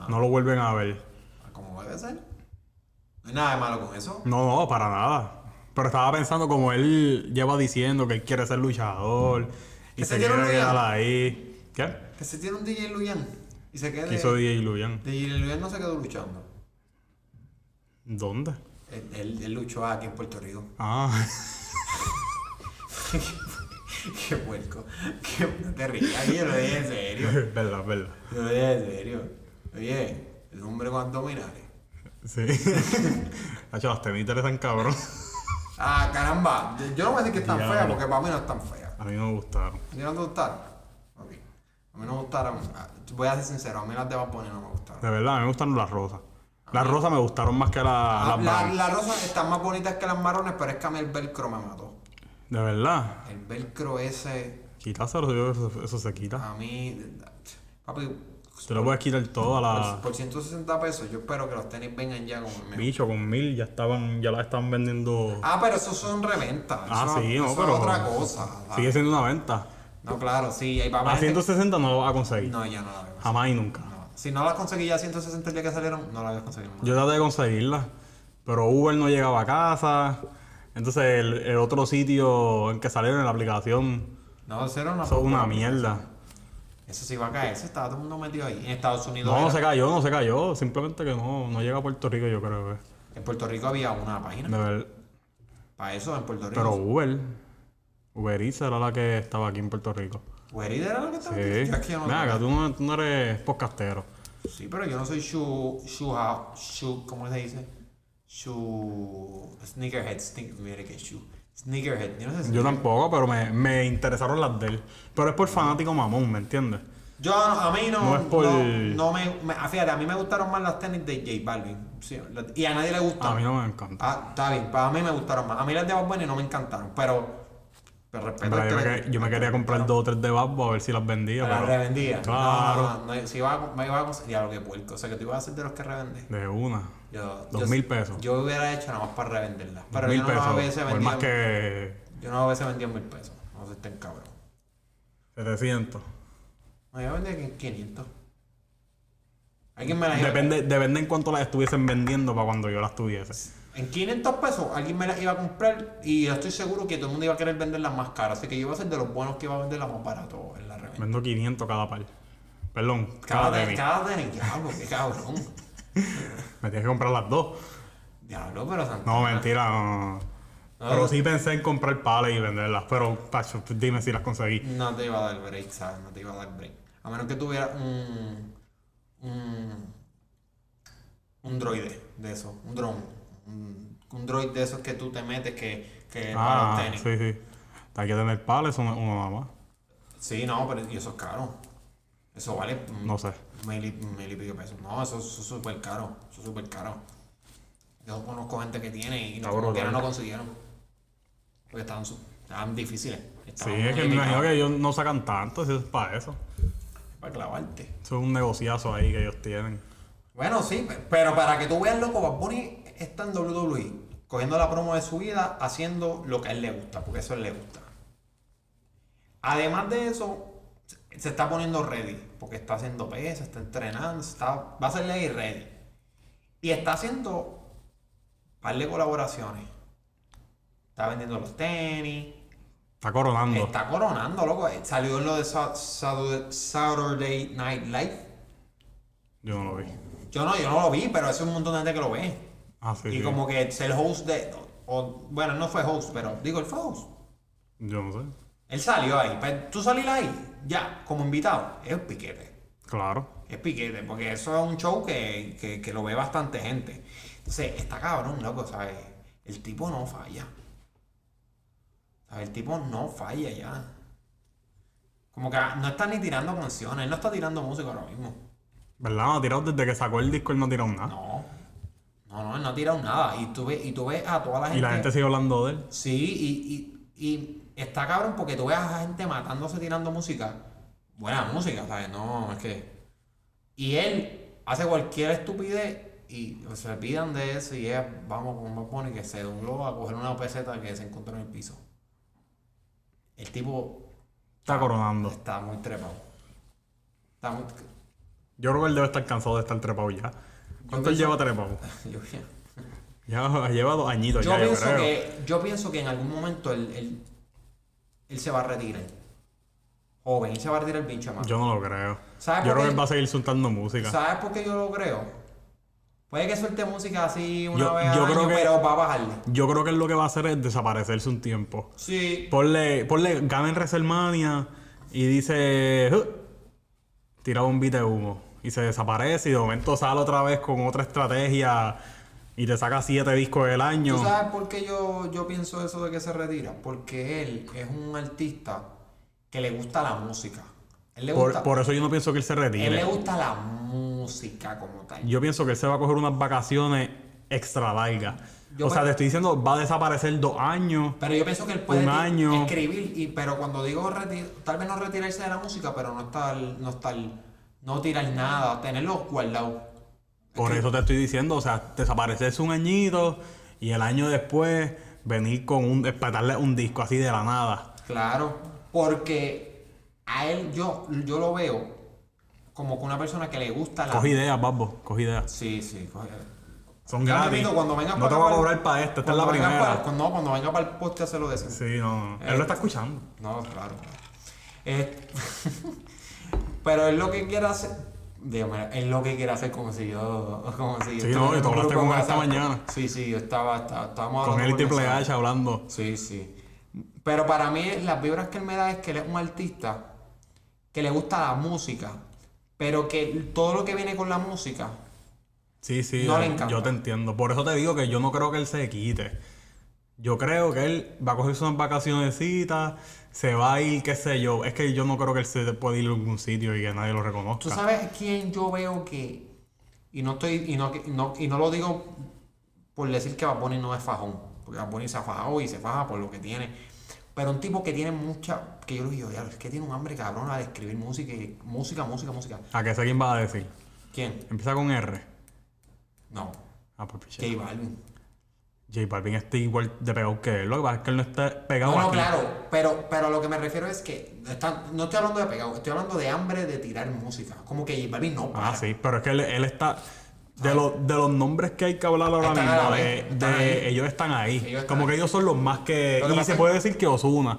S2: No lo vuelven a ver.
S1: Ah, Como debe ser. No hay nada de malo con eso.
S2: No, no, para nada. Pero estaba pensando como él lleva diciendo que él quiere ser luchador y
S1: Que
S2: se
S1: se quiere
S2: quiere
S1: un día.
S2: quedar ahí. ¿Qué?
S1: Que se tiene un DJ Luyan y se quede.
S2: Quiso DJ Luyan.
S1: DJ Luyan no se quedó luchando.
S2: ¿Dónde?
S1: Él, él- él luchó aquí en Puerto Rico.
S2: Ah,
S1: Qué puerco. Qué, no te rías, yo lo dije en serio.
S2: verdad, verdad.
S1: Yo lo dije en serio. Oye, el hombre con abdominales.
S2: Sí. Hacho, las temitas están cabrón.
S1: Ah, caramba. Yo, yo no voy a decir que es tan
S2: Diablo.
S1: fea porque para mí no es tan fea.
S2: A mí no me gustaron.
S1: ¿A ti no te gustaron? Ok. A mí no me gustaron. ah, Voy a ser sincero, a mí las de Bad Bunny no me gustaron.
S2: De verdad, a mí me gustaron las rosas. Las rosas me gustaron más que la-
S1: Ah,
S2: las
S1: la- Las
S2: blancas.
S1: rosas están más bonitas que las marrones, pero es que a mí el velcro me mató.
S2: De verdad.
S1: El velcro ese, Ah.
S2: Quítaselo, yo- eso, eso se quita.
S1: a mí. Papi,
S2: Tú le puedes quitar todo a
S1: Por,
S2: la.
S1: por 160 pesos, yo espero que los tenis vengan ya con el mío.
S2: Ah. Bicho, con mil ya estaban, ya la están vendiendo.
S1: Ah, pero esos son reventas.
S2: Ah,
S1: eso-
S2: sí, no,
S1: eso
S2: pero-
S1: es otra cosa. Ah,
S2: Sigue siendo una venta.
S1: No, claro, sí. ahí va
S2: A
S1: más gente-
S2: 160 no lo vas a conseguir.
S1: No, ya no la veo.
S2: Jamás y nunca.
S1: No. Si no las conseguí ya a 160 el día que salieron, no las habías conseguido. más.
S2: Yo traté de conseguirla, pero Uber no llegaba a casa. Entonces el, el otro sitio en que salieron en la aplicación,
S1: No, eso era una.
S2: eso es una mierda.
S1: Eso sí va a caer. Eso estaba todo el mundo metido ahí. En Estados Unidos.
S2: No, no
S1: era-
S2: se cayó, no se cayó. Simplemente que no, no llega a Puerto Rico, yo creo que.
S1: En Puerto Rico había una página.
S2: De ver-
S1: Para eso en Puerto Rico.
S2: Pero Uber, Uber Eats era la que estaba aquí en Puerto Rico.
S1: Uber Eats era lo que estaba.
S2: Sí.
S1: Yo aquí yo no-
S2: Mira, acá tú no, tú no eres podcastero.
S1: Sí, pero yo no soy shoe, shoe, hou- shoe- ¿cómo se dice? Shoe, sneakerhead, sneak, mire que shoe, sneakerhead, yo no sé si-
S2: Yo tampoco, pero me, me interesaron las de él. Pero es por fanático mamón, ¿me entiendes?
S1: Yo, a mí no,
S2: No es por-
S1: no, no me, me- ah, fíjate, a mí me gustaron más las tenis de J Balvin, sí, las- y a nadie le
S2: A mí
S1: gustan.
S2: no me encanta.
S1: Ah, está bien, para mí me gustaron más, a mí las de Bad Bunny no me encantaron, pero, pero
S2: En
S1: respeto
S2: verdad,
S1: al
S2: yo, me,
S1: que le-
S2: que- yo me quería comprar dos o tres de Babbo a ver si las vendía.
S1: Las
S2: pero
S1: revendía.
S2: Claro.
S1: No, no, no, si iba a, me iba a conseguir, diablo, qué puerco, o sea, que tú ibas a ser de los que revendés.
S2: De una.
S1: Yo,
S2: Dos
S1: yo-
S2: mil pesos.
S1: Yo hubiera hecho nada más para revenderla. Pero
S2: mil
S1: yo no
S2: pesos.
S1: las hubiese
S2: por
S1: vendido.
S2: más que
S1: Yo no las hubiese vendido en mil pesos. No sé, estén cabrón.
S2: 700.
S1: No, yo vendía en 500. Alguien me las iba
S2: Depende, depende en cuánto las estuviesen vendiendo para cuando yo las tuviese.
S1: En 500 pesos alguien me las iba a comprar y yo estoy seguro que todo el mundo iba a querer vender las más caras. Así que yo iba a ser de los buenos que iba a vender las más baratas en la reventa.
S2: Vendo 500 cada par. Perdón, cada,
S1: Cada, de-
S2: tenis.
S1: cada tenis, diablo, qué cabrón.
S2: Me tienes que comprar las dos.
S1: Diablo, pero Santa.
S2: No, mentira, no, no, no.
S1: Ah.
S2: Pero sí pensé en comprar pales y venderlas. Pero, Pacho, dime si las conseguí.
S1: No te iba a dar break, ¿sabes? No te iba a dar break. A menos que tuviera un. Un. Un droide de eso, un drone. Un, un droid de esos que tú te metes que. que
S2: Ah,
S1: para los tenis.
S2: sí, sí. Hay que tener pales, uno, uno nada más.
S1: Sí. no, pero y eso es caro. Eso vale. mm,
S2: No sé.
S1: Mil y, mil y pico pesos. No, eso, eso es súper caro. Eso es súper caro. Yo conozco gente que tiene y no,
S2: Está brutal.
S1: que no lo consiguieron. Porque estaban, su- estaban difíciles.
S2: Sí,
S1: Estaban
S2: es que
S1: muy
S2: me imagino
S1: picados
S2: que ellos no sacan tanto, si eso es para eso.
S1: Para clavarte.
S2: Eso es un negociazo ahí que ellos tienen.
S1: Bueno, sí, pe- pero para que tú veas, loco, Bad Bunny está en WWE, cogiendo la promo de su vida, haciendo lo que a él le gusta, porque eso a él le gusta. Además de eso, se- se está poniendo ready, porque está haciendo pesas, está entrenando, está, va a hacerle ahí ready. Y está haciendo un par de colaboraciones. Está vendiendo los tenis,
S2: Está coronando.
S1: Está coronando, loco. Eh, Salió en lo de Sa- Sa- Saturday Night Live.
S2: Yo no lo vi.
S1: Yo no, yo no lo vi, pero eso es un montón de gente que lo ve.
S2: Ah, sí,
S1: y
S2: sí.
S1: como que es el host de. o- bueno, no fue host, pero digo, él fue host.
S2: Yo no sé.
S1: Él salió ahí. Pero tú salir ahí, ya, como invitado, es piquete.
S2: Claro.
S1: Es piquete, porque eso es un show que, que- que lo ve bastante gente. Entonces, está cabrón, loco, ¿sabes? El tipo no falla. ¿Sabes? El tipo no falla ya. Como que ah, no está ni tirando canciones, él no está tirando música ahora mismo.
S2: ¿Verdad? No ha tirado desde que sacó el disco, él no ha tirado nada.
S1: No. No, no, él no ha tirado nada. Y tú ves, y tú ves a toda la gente.
S2: Y la gente sigue hablando de él.
S1: Sí, y, y, y está cabrón porque tú ves a gente matándose tirando música. Buena música, ¿sabes? No, es que. Y él hace cualquier estupidez y se olvidan de eso y es, vamos, como me pone, que se dobló a coger una peseta que se encontró en el piso. El tipo Ah.
S2: Está coronando.
S1: está muy trepado. Está muy.
S2: Yo creo que él debe estar cansado de estar trepado ya. ¿Cuánto él
S1: pienso-
S2: lleva trepado?
S1: Yo-
S2: Ya lleva dos añitos
S1: Yo
S2: Pues ya, yo
S1: pienso,
S2: creo.
S1: que, yo pienso que en algún momento él, él- él se va a retirar. Joven, él se va a retirar el pinche más.
S2: Yo no lo creo.
S1: ¿Sabes
S2: Yo
S1: por
S2: creo que
S1: qué?
S2: él va a seguir soltando música.
S1: ¿Sabes por qué yo lo creo? Puede que suelte música así una
S2: Yo-
S1: vez
S2: yo
S1: al
S2: creo
S1: año,
S2: que-
S1: pero va a bajarle.
S2: Yo creo que él lo que va a hacer es desaparecerse un tiempo.
S1: Sí.
S2: Ponle, ponle, gana en WrestleMania y dice. "Huh", Tira un beat de humo. Y se desaparece y de momento sale otra vez con otra estrategia y te saca siete discos del año.
S1: ¿Tú sabes por qué yo, yo pienso eso de que se retira? Porque él es un artista que le gusta la música. Él le
S2: Por,
S1: gusta,
S2: por eso yo no pienso que él se
S1: él le
S2: retire.
S1: gusta la música como tal.
S2: Yo pienso que él se va a coger unas vacaciones extra largas.
S1: Yo
S2: o sea,
S1: pe-
S2: te estoy diciendo, va a desaparecer dos años.
S1: Pero yo pienso que él puede
S2: Un
S1: ti-
S2: año.
S1: escribir, y, pero cuando digo reti- tal vez no retirarse de la música, pero no estar, no estar, no tirar nada, tenerlo guardado.
S2: Por eso te estoy diciendo, o sea, desaparecerse un añito y el año después venir con un, espetarle un disco así de la nada.
S1: Claro, porque a él yo, yo lo veo como que una persona que le gusta la.
S2: Coge ideas, Babbo, coge ideas.
S1: Sí, sí, coge-
S2: Son
S1: Ya,
S2: gratis.
S1: repito, cuando vengas
S2: no te
S1: para
S2: voy a
S1: acá,
S2: cobrar para esto, esta es la
S1: Cuando venga
S2: primera.
S1: para- cuando- no, cuando venga para el podcast se lo decimos.
S2: Sí, no, no. Él lo está escuchando.
S1: No, claro. Eh, pero es lo que quiere hacer. Dios mío, es lo que quiere hacer como si yo. Como si yo
S2: Sí,
S1: estuviera
S2: no, y
S1: en
S2: tú
S1: un
S2: hablaste
S1: grupo
S2: con él
S1: de
S2: esta
S1: WhatsApp.
S2: mañana.
S1: Sí, sí, yo estaba, estaba estábamos
S2: Con él y
S1: hablando por
S2: Triple
S1: mensaje.
S2: H hablando.
S1: Sí, sí. Pero para mí las vibras que él me da es que él es un artista que le gusta la música, pero que todo lo que viene con la música,
S2: Sí, sí,
S1: No le
S2: eh,
S1: encanta.
S2: yo te entiendo. Por eso te digo que yo no creo que él se quite. Yo creo que él va a coger sus vacacionesitas, se va a ir, qué sé yo. Es que yo no creo que él se pueda ir a algún sitio y que nadie lo
S1: ¿Tú
S2: reconozca.
S1: sabes quién yo veo que.? Y no estoy. Y no, y no, y no lo digo por decir que Bad Bunny no es fajón. Porque Bad Bunny se ha fajado y se faja por lo que tiene. Pero un tipo que tiene mucha. Que yo lo digo, ya, es que tiene un hambre cabrona de escribir música. y- música, música, música.
S2: ¿A qué sé quién va a decir?
S1: ¿Quién?
S2: Empieza con R.
S1: No.
S2: Ah, pues piche.
S1: J Balvin.
S2: J Balvin está igual de pegado que él. Lo que pasa es que él no está pegado
S1: No, no,
S2: aquí.
S1: claro. Pero, pero a lo que me refiero es que. están- no estoy hablando de pegado, estoy hablando de hambre de tirar música. Como que J Balvin no para.
S2: Ah, sí, pero es que él, él está. De, los de los nombres que hay que hablar ahora
S1: Están a
S2: mismo,
S1: la
S2: de-
S1: vez, están
S2: de-
S1: ahí.
S2: ellos están ahí.
S1: eh, Ellos están
S2: como que
S1: ahí.
S2: ellos son los más que.
S1: Lo que
S2: y
S1: pasa
S2: se
S1: es-
S2: puede decir que Osuna.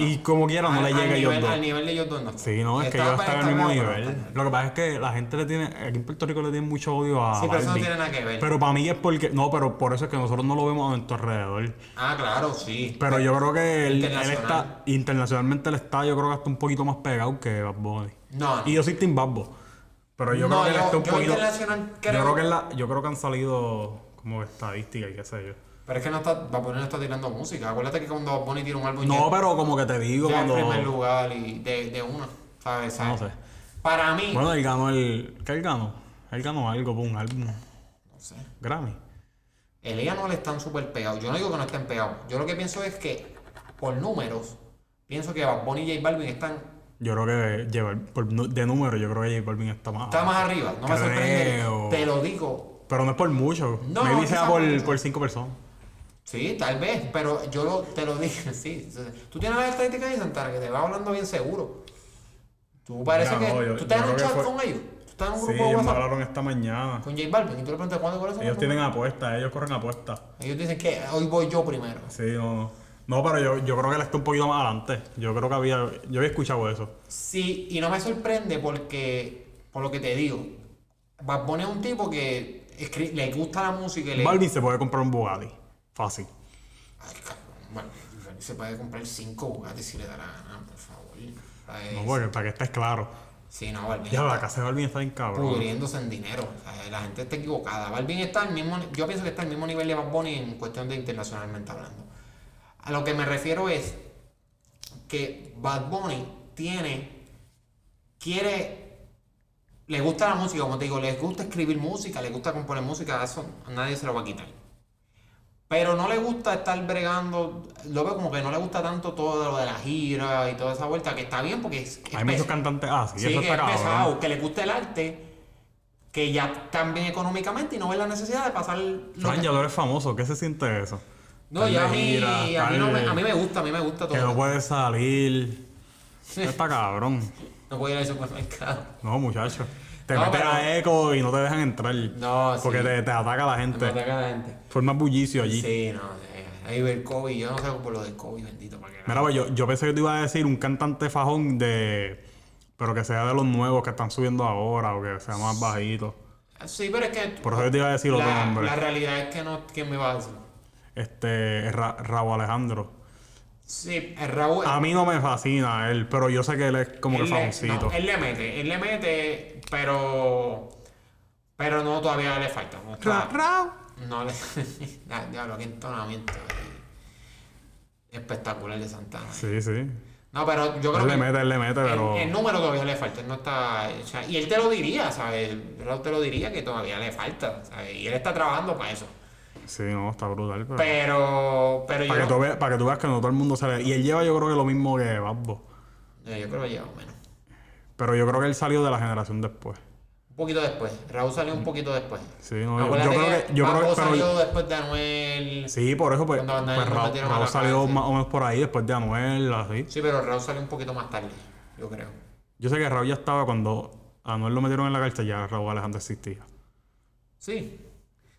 S2: Y como quiera, no
S1: Al-
S2: le
S1: al
S2: llega a ellos
S1: nivel-
S2: dos.
S1: Al nivel de ellos dos, no.
S2: Sí, no, es que
S1: Está-
S2: ellos están
S1: está
S2: al mismo
S1: pegado, pero
S2: nivel.
S1: no está-
S2: Lo que pasa es que la gente le tiene. Aquí en Puerto Rico le tiene mucho odio a.
S1: Sí, pero eso no
S2: Balvin.
S1: tiene nada que ver.
S2: Pero para mí es porque. No, pero por eso es que nosotros no lo vemos a nuestro alrededor.
S1: Ah, claro, sí.
S2: Pero yo creo que él, él
S1: Internacional.
S2: está. Internacionalmente él está, yo creo que está un poquito más pegado que Bad Bunny.
S1: No, no.
S2: Y yo soy Team Babbo. Pero yo
S1: No,
S2: creo que él
S1: yo-
S2: está un
S1: yo
S2: poquito.
S1: internacional
S2: yo,
S1: creo-
S2: creo que él la- yo creo que han salido como estadísticas y qué sé yo.
S1: Pero es que no está, Bad Bunny no está tirando música. Acuérdate que cuando Bad Bunny tira un álbum ya-
S2: No, pero como que te digo,
S1: ya en
S2: cuando.
S1: primer lugar y de, de una, ¿sabes?
S2: No
S1: ¿sabes?
S2: sé.
S1: Para mí,
S2: Bueno, él ganó el. ¿Qué él ganó? Él ganó algo por un álbum.
S1: no sé,
S2: Grammy.
S1: Elías no le están súper pegados. Yo no digo que no estén pegados. Yo lo que pienso es que, por números, pienso que Bad Bunny y J Balvin están
S2: Yo creo que lleva por nu- de número, yo creo que J Balvin está más.
S1: está más arriba. No me sorprende.
S2: Creo.
S1: Te lo digo.
S2: Pero no es por mucho.
S1: No,
S2: Maybe
S1: quizá
S2: sea por,
S1: por mucho.
S2: por cinco personas.
S1: Sí, tal vez, pero yo lo, te lo dije, sí. Tú tienes las estadísticas de Santana que te va hablando bien seguro. Tú parece
S2: Ya,
S1: que.
S2: no, yo-
S1: tú estás
S2: yo
S1: en un
S2: creo que
S1: chat
S2: fue-
S1: con ellos. Tú estás en un
S2: Sí,
S1: grupo de
S2: ellos me
S1: WhatsApp
S2: hablaron esta mañana.
S1: con J Balvin y tú le preguntas cuándo cuáles son
S2: Ellos
S1: los
S2: tienen apuestas, ellos corren apuestas.
S1: Ellos dicen que hoy voy yo primero.
S2: Sí, no, no. No, pero yo, yo creo que él está un poquito más adelante. Yo creo que había. Yo había escuchado eso.
S1: Sí, y no me sorprende porque, por lo que te digo, Bad Bunny es un tipo que escri- le gusta la música y le...
S2: Balvin se puede comprar un Bugatti. Fácil.
S1: Ay, cabrón, bueno, se puede comprar cinco Bugatti si le da la gana, por favor. ¿sabes?
S2: No, porque para que estés claro.
S1: Sí, no, Balvin
S2: Ya, la
S1: está
S2: casa de Balvin está bien cabrón.
S1: pudriéndose en dinero. ¿sabes? La gente está equivocada. Balvin está al mismo... Yo pienso que está al mismo nivel de Bad Bunny en cuestión de internacionalmente hablando. A lo que me refiero es que Bad Bunny tiene, quiere, le gusta la música, como te digo, les gusta escribir música, le gusta componer música, eso nadie se lo va a quitar. Pero no le gusta estar bregando, lo veo como que no le gusta tanto todo lo de la gira y toda esa vuelta, que está bien porque es, es
S2: Hay muchos
S1: pes-
S2: cantantes. Ah, sí,
S1: sí,
S2: eso
S1: que
S2: está
S1: es pesado,
S2: cabrón.
S1: que le gusta el arte, que ya están bien económicamente y no ve la necesidad de pasar lo
S2: Fran,
S1: que-
S2: ya tú eres famoso. ¿Qué se siente eso?
S1: No,
S2: Estar
S1: ya a
S2: de
S1: mí,
S2: gira,
S1: a, mí no me,
S2: estar-
S1: a mí me gusta, a mí me gusta todo.
S2: Que no
S1: no,
S2: puedes salir. Está cabrón.
S1: puedo ir al supermercado.
S2: No, muchacho. Te
S1: No,
S2: meten
S1: pero-
S2: a eco y no te dejan entrar.
S1: No, sí.
S2: Porque te, te ataca la
S1: Me
S2: gente.
S1: ataca la gente.
S2: Forma bullicio allí.
S1: Sí, no, eh, ahí ve el COVID, yo no sé por lo del COVID, bendito, para que
S2: Mira, pues, yo, yo pensé que te iba a decir un cantante fajón de. Pero que sea de los nuevos que están subiendo ahora o que sea más bajito.
S1: Ah, Sí, pero es que...
S2: Por eso yo te iba a decir otro
S1: la,
S2: nombre.
S1: la realidad es que no, ¿quién me va a decir?
S2: Este. Ra- Raúl Alejandro.
S1: Sí, el Raúl...
S2: A mí no me fascina él, pero yo sé que él es como que
S1: él, le,
S2: fajoncito.
S1: no, él le mete, él le mete, pero... Pero no, todavía le falta. No, está-
S2: Ra- Raúl.
S1: no le... Ya, Diablo, qué entonamiento. eh, Espectacular de Santana.
S2: Sí, sí.
S1: No, pero yo creo
S2: Él
S1: que...
S2: le mete, él le mete,
S1: El-
S2: pero.
S1: El, número todavía le falta, él no está. o sea, y él te lo diría, ¿sabes? Él te lo diría que todavía le falta, ¿sabes? Y él está trabajando para eso.
S2: Sí, no, está brutal. Pero...
S1: Pero. Pero yo.
S2: Ah. Para, que
S1: no-
S2: tú veas, para que tú
S1: eh,
S2: veas que no todo el mundo sale. Y él lleva, yo creo que lo mismo que Babbo.
S1: no, yo creo que lleva menos.
S2: Pero yo creo que él salió de la generación después.
S1: Un poquito después. Raúl salió un poquito después.
S2: Mm. Sí, no, yo, yo
S1: Acuérdate
S2: creo que. Yo creo
S1: Paco
S2: que pero-
S1: salió después de Anuel. Sí.
S2: sí, por eso, pues,
S1: Cuando Anuel
S2: pues
S1: lo
S2: Ra-
S1: metieron a
S2: Raúl
S1: la
S2: salió
S1: cárcel.
S2: más o menos por ahí, después de Anuel, así.
S1: pero Raúl salió un poquito más tarde, yo creo.
S2: Yo sé que Raúl ya estaba cuando a Anuel lo metieron en la cárcel, ya Raúl Alejandro existía.
S1: Sí.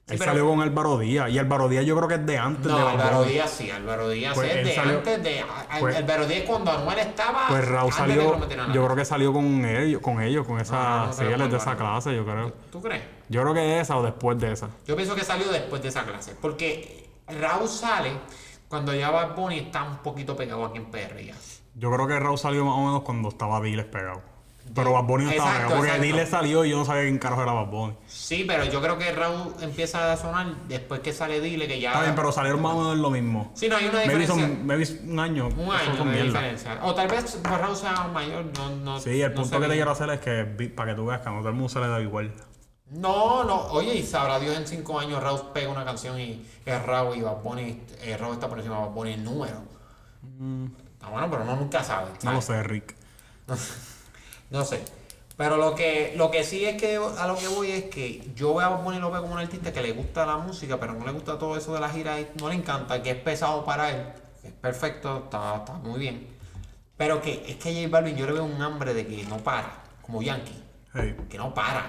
S1: Sí,
S2: él
S1: pero-
S2: salió con Álvaro Díaz, y Álvaro Díaz yo creo que es de antes de
S1: No,
S2: Bad
S1: Álvaro
S2: Bunny.
S1: Díaz sí, Álvaro Díaz
S2: Pues
S1: es
S2: él
S1: de
S2: salió-
S1: antes de. a- a-
S2: pues-
S1: Álvaro Díaz cuando Anuel estaba.
S2: Pues Raúl
S1: antes de que
S2: salió,
S1: lo metieran a la
S2: yo creo que salió con ellos, con ellos, con
S1: No, no,
S2: esa,
S1: no,
S2: sí,
S1: pero
S2: él es de
S1: Bad
S2: esa
S1: Bunny.
S2: clase, yo creo.
S1: ¿Tú crees?
S2: Yo creo que esa o después de esa.
S1: Yo pienso que salió después de esa clase. Porque Raúl sale cuando ya Bad Bunny está un poquito pegado aquí en PR ya.
S2: Yo creo que Raúl salió más o menos cuando estaba Diles pegado. Pero Bad Bunny no estaba
S1: Exacto,
S2: pegado, porque
S1: exacto.
S2: Diles salió y yo no sabía quién carajo era Bad Bunny.
S1: Sí, pero yo creo que Raúl empieza a sonar después que sale Dile que ya.
S2: Está bien, pero salieron más o menos lo mismo.
S1: Sí, no, hay una
S2: Maybe,
S1: diferencia.
S2: son, maybe un año.
S1: Un
S2: eso
S1: año
S2: son
S1: de
S2: mierda.
S1: diferencia. O tal vez pues, Raúl sea mayor, no, no.
S2: Sí, el
S1: no
S2: punto
S1: sé
S2: que te
S1: bien.
S2: quiero hacer es que vi- para que tú veas que a no todo el mundo se le da igual.
S1: No, no, oye, y sabrá Dios en cinco años Raúl pega una canción y es Raúl y Bad Bunny, eh, Raúl está por encima de Bad Bunny en número. Está bueno, pero uno nunca sabe.
S2: Mm. No
S1: ¿sabes?
S2: lo sé, Rick.
S1: No sé. Pero lo que, lo que sí es que a lo que voy es que yo veo a Bad Bunny López como un artista que le gusta la música, pero no le gusta todo eso de la gira, y no le encanta, que es pesado para él, es perfecto, está, está muy bien. Pero que es que a J Balvin yo le veo un hambre de que no para, como Yankee,
S2: Hey,
S1: que no para.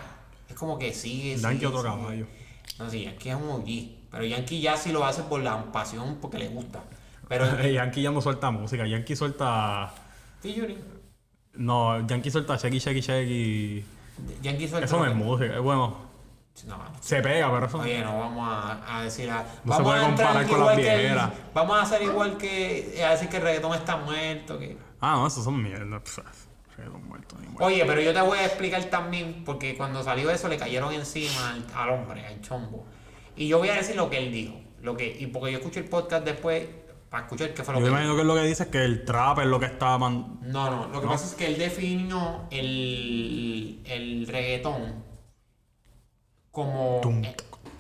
S1: Es como que sigue, sigue,
S2: Yankee otro
S1: sigue.
S2: caballo.
S1: No, sí, Yankee es un OG, pero Yankee ya sí lo hace por la pasión, porque le gusta. Pero
S2: Hey, Yankee ya no suelta música. Yankee suelta.
S1: featuring,
S2: No, Yankee suelta shaky, shaky, shaky.
S1: Yankee suelta
S2: Eso no
S1: lo
S2: es
S1: que-
S2: música. eh, Bueno,
S1: No,
S2: se pega, pero eso.
S1: Oye, no vamos a, a decir a-
S2: No
S1: vamos
S2: se puede
S1: a entrar
S2: comparar con
S1: igual
S2: las
S1: que el-
S2: viejeras.
S1: Vamos a hacer igual que. A decir que el reggaetón está muerto. que-
S2: Ah, no, esos son mierda. Pff, reggaetón muerto, ni muerto.
S1: Oye, pero yo te voy a explicar también, porque cuando salió eso le cayeron encima al, al hombre, al chombo. Y yo voy a decir lo que él dijo. Lo que, y porque yo escuché el podcast después para escuchar qué fue lo
S2: Yo
S1: que
S2: imagino que es lo que dice es que el trap es lo que está. man-
S1: No, no, lo que pasa es que él definió el, el reggaetón como.
S2: Tum,
S1: eh,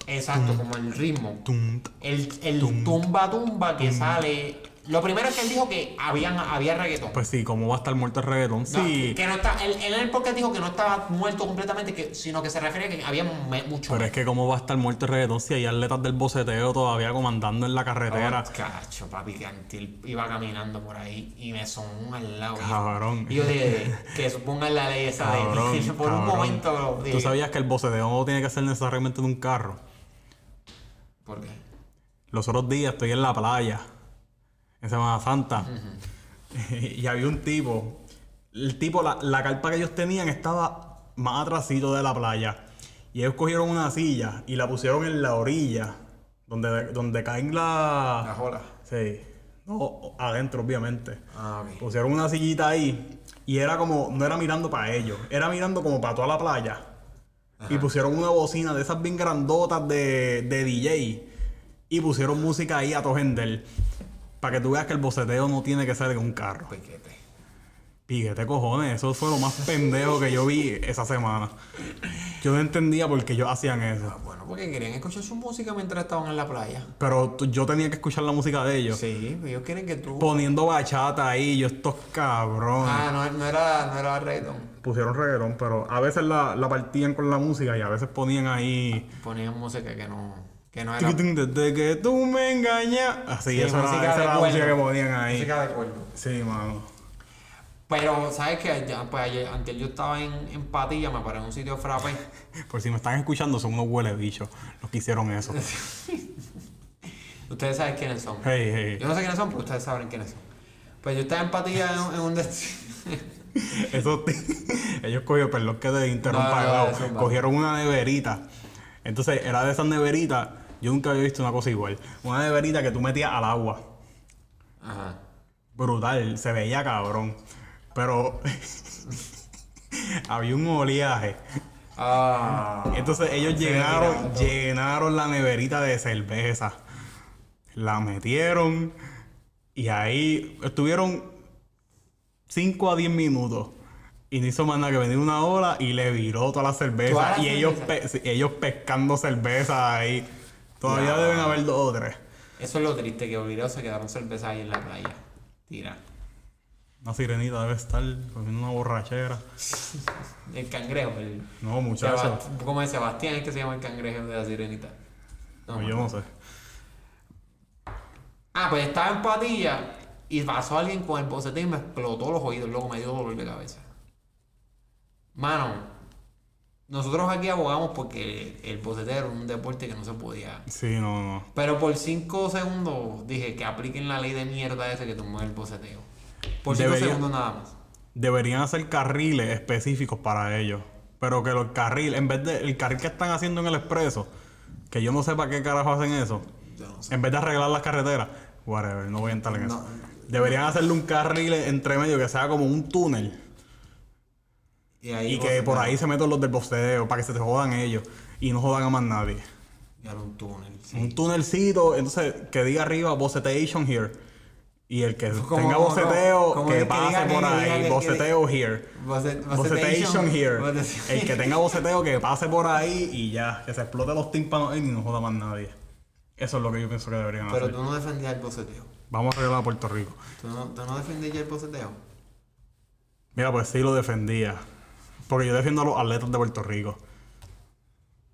S1: exacto, como el ritmo.
S2: Tum,
S1: El, el tumba tumba que sale. Lo primero es que él dijo que habían, había reggaetón.
S2: Pues sí, ¿cómo va a estar muerto el reggaetón?
S1: No,
S2: Sí.
S1: Que no está, él, él en el podcast dijo que no estaba muerto completamente, que, sino que se refiere a que había me- mucho.
S2: Pero es que cómo va a estar muerto el reggaetón si hay atletas del boceteo todavía comandando en la carretera.
S1: Oh, cacho, papi, que Antil iba caminando por ahí y me sonó al lado.
S2: Cabrón.
S1: Y yo dije, que supongan la ley esa
S2: Cabrón,
S1: de Por un
S2: cabrón.
S1: momento.
S2: Tú
S1: dije,
S2: sabías que el boceteo no tiene que ser necesariamente de un carro.
S1: ¿Por qué?
S2: Los otros días estoy en la playa, en Semana Santa, y había un tipo. El tipo, la, la carpa que ellos tenían estaba más atrasito de la playa. Y ellos cogieron una silla y la pusieron en la orilla, donde, donde caen la.
S1: La jola.
S2: Sí. No, adentro, obviamente.
S1: Ah, ok.
S2: Pusieron una sillita ahí y era como, no era mirando para ellos, era mirando como para toda la playa. Y pusieron una bocina de esas bien grandotas de, de DJ y pusieron música ahí a todo gender. Para que tú veas que el boceteo no tiene que ser en un
S1: Ah,
S2: carro.
S1: Piquete.
S2: Píguete cojones, eso fue lo más pendejo que yo vi esa semana. Yo no entendía por qué ellos hacían eso.
S1: ah, Bueno, porque querían escuchar su música mientras estaban en la playa.
S2: Pero tú- yo tenía que escuchar la música de ellos.
S1: Sí, ellos quieren que tú.
S2: Poniendo bachata ahí, yo estos cabrones.
S1: Ah, no, no era, no era reggaetón.
S2: pusieron reggaetón, pero a veces la, la partían con la música y a veces ponían ahí.
S1: Ponían música que no, que Ah, no era.
S2: Desde que tú me engañas. Así,
S1: Sí,
S2: esa era,
S1: música
S2: esa
S1: de
S2: era la
S1: cuerno.
S2: música que ponían ahí.
S1: Música de cuerno.
S2: Sí, mano.
S1: Pero, ¿sabes qué? Ya, pues ayer, antes yo estaba en, en Patilla, me paré en un sitio frappe.
S2: Por si me están escuchando, son unos huele bichos los que hicieron eso.
S1: Ustedes saben quiénes son.
S2: Hey, hey.
S1: Yo no sé quiénes son, pero ustedes saben quiénes son. Pues yo estaba en Patilla en, en un destino.
S2: Esos t- ellos cogieron, perdón que te interrumpa,
S1: No, no, no,
S2: Gabo,
S1: eso es malo.
S2: cogieron una neverita. Entonces, era de esas neveritas, yo nunca había visto una cosa igual. Una neverita que tú metías al agua.
S1: Ajá.
S2: brutal, se veía cabrón. Pero había un oleaje.
S1: Ah.
S2: Entonces ellos
S1: Se
S2: llenaron,
S1: veía.
S2: llenaron la neverita de cerveza. La metieron y ahí estuvieron 5 a 10 minutos. Y no hizo más nada que venir una ola y le viró toda la
S1: ¿Toda
S2: cerveza.
S1: la
S2: Y ellos,
S1: cerveza?
S2: pe- sí, ellos pescando cerveza ahí. Todavía
S1: Ya.
S2: deben haber dos o tres.
S1: Eso es lo triste, que olvidados se quedaron cerveza ahí en la playa. Tira.
S2: Una sirenita debe estar comiendo una borrachera.
S1: El cangrejo, el.
S2: No, muchachos.
S1: Sebast- ¿Cómo es Sebastián? Es que se llama el cangrejo de la sirenita. No,
S2: pues yo no sé.
S1: Ah, pues estaba en patilla y pasó alguien con el bocetín y me explotó los oídos, loco, me dio dolor de cabeza. Mano, nosotros aquí abogamos porque el boceteo era un deporte que no se podía.
S2: Sí, no, no.
S1: Pero por 5 segundos dije que apliquen la ley de mierda esa que tomó el boceteo. Por 5
S2: Debería-
S1: segundos nada más.
S2: Deberían hacer carriles específicos para ellos. Pero que los carriles, en vez de el carril que están haciendo en el expreso, que yo no sé para qué carajo hacen eso,
S1: Yo no
S2: en vez de arreglar las carreteras, whatever, no voy a entrar en eso. Deberían hacerle un carril entre medio que sea como un túnel.
S1: Y, ahí
S2: Y que por
S1: boceteo.
S2: ahí se metan los del boceteo para que se te jodan ellos y no jodan a más nadie.
S1: Y ahora un túnel. sí.
S2: Un túnelcito, entonces que diga arriba bocetation here. Y el que
S1: Como-
S2: tenga
S1: Pues como-
S2: boceteo,
S1: como el
S2: que
S1: que diga
S2: pase
S1: que-
S2: por
S1: que diga que-
S2: ahí,
S1: que-
S2: boceteo here.
S1: Boce-
S2: Bocetation here.
S1: Boce-
S2: El que tenga boceteo que pase por ahí y ya, que se explote los tímpanos y no joda más nadie. Eso es lo que yo pienso que deberían
S1: Pero
S2: hacer.
S1: tú no defendías el boceteo.
S2: Vamos a arreglar a Puerto Rico.
S1: Tú no, tú no defendías el boceteo.
S2: Mira, pues sí lo defendía. Porque yo defiendo a los atletas de Puerto Rico.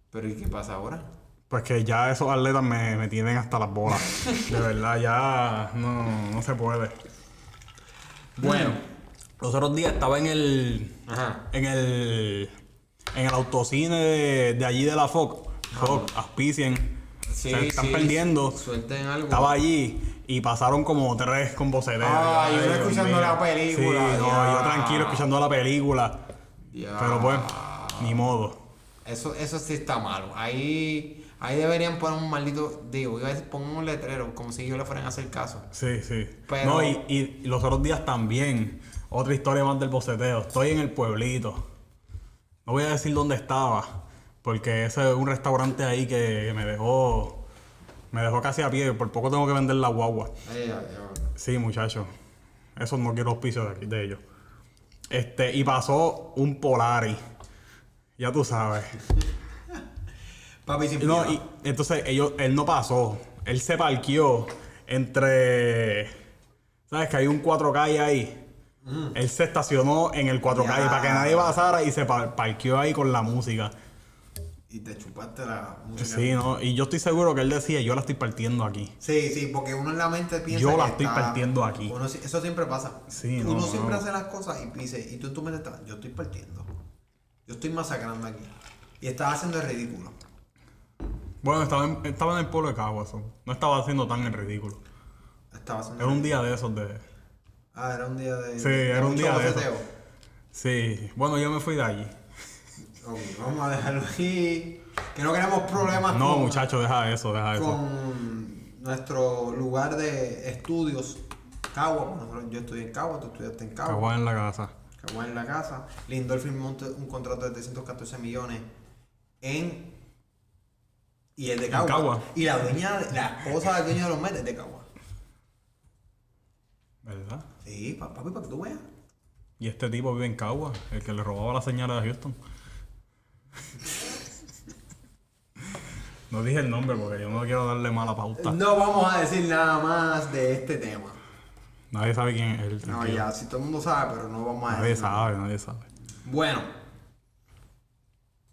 S1: Pero ¿y qué pasa ahora?
S2: Pues que ya esos atletas me, me tienen hasta las bolas. De verdad, ya no, no se puede.
S1: Bueno.
S2: Los otros días estaba en el.
S1: Ajá.
S2: En el. En el autocine de, de allí de la FOC. FOC, auspicien.
S1: Sí,
S2: se están
S1: sí,
S2: perdiendo.
S1: Suelten algo.
S2: Estaba allí y pasaron como tres con vocereros.
S1: Ah, yo
S2: Ay, Dios
S1: escuchando
S2: mío.
S1: la película,
S2: Sí, no,
S1: ya.
S2: yo tranquilo escuchando la película.
S1: Ya.
S2: Pero pues, bueno, ni modo.
S1: Eso, eso sí está malo. Ahí, ahí deberían poner un maldito. Digo, iba a decir, pongan un letrero, como si yo le fueran a hacer caso.
S2: Sí, sí.
S1: Pero-
S2: No, y, y los otros días también. Otra historia más del boceteo. Estoy en el pueblito. No voy a decir dónde estaba. Porque ese es un restaurante ahí que me dejó. Me dejó casi a pie. Por poco tengo que vender la guagua.
S1: Ay, ay, ay.
S2: Sí, muchachos. Eso no quiero auspicio de, aquí, de ellos. Este, y pasó un Polari. Ya tú sabes.
S1: Papi, sin
S2: No,
S1: piedad.
S2: y entonces ellos, él no pasó. Él se parqueó entre. ¿Sabes que hay un 4 calle ahí? Él se estacionó en el 4 calle
S1: Ya.
S2: para que nadie pasara y se par- parqueó ahí con la música.
S1: Y te chupaste la música.
S2: Sí, ¿no? Y yo estoy seguro que él decía, yo la estoy partiendo aquí.
S1: Sí, sí, porque uno en la mente piensa.
S2: Yo
S1: que
S2: la estoy
S1: está-
S2: partiendo aquí.
S1: uno si- eso siempre pasa.
S2: Sí,
S1: uno
S2: no,
S1: siempre
S2: no.
S1: hace las cosas y dice, y tú en tu mente estás, yo estoy partiendo. Yo estoy masacrando aquí. Y estás haciendo el ridículo.
S2: Bueno, estaba en, estaba en el pueblo de Caguas. so. No estaba haciendo tan el ridículo.
S1: Estaba haciendo.
S2: Era un día de esos de.
S1: Ah, era un día de.
S2: Sí, era un
S1: mucho
S2: día de
S1: boceteo.
S2: Sí. Bueno, yo me fui de allí.
S1: Ok, vamos a dejarlo aquí. Que no queremos problemas
S2: No,
S1: con,
S2: muchacho, deja eso, deja eso.
S1: con nuestro lugar de estudios. Cagua, pues nosotros- yo estudié en Cagua, tú estudiaste en Cagua.
S2: Caguas en la casa.
S1: Cagua en la casa. Lindor firmó un, un contrato de 314 millones en. Y el de Cagua.
S2: Cagua.
S1: Y la dueña, la esposa del dueño de los Mets es de Cagua.
S2: ¿Verdad?
S1: Sí, pa- papi, para que tú veas.
S2: Y este tipo vive en Cagua, el que le robaba la señal a Houston. No dije el nombre porque yo no quiero darle mala pauta.
S1: No vamos a decir nada más de este tema.
S2: Nadie sabe quién es él.
S1: No,
S2: tranquilo.
S1: ya, si todo el mundo sabe, pero no vamos a
S2: Nadie
S1: decir. nada.
S2: sabe, nadie sabe.
S1: Bueno.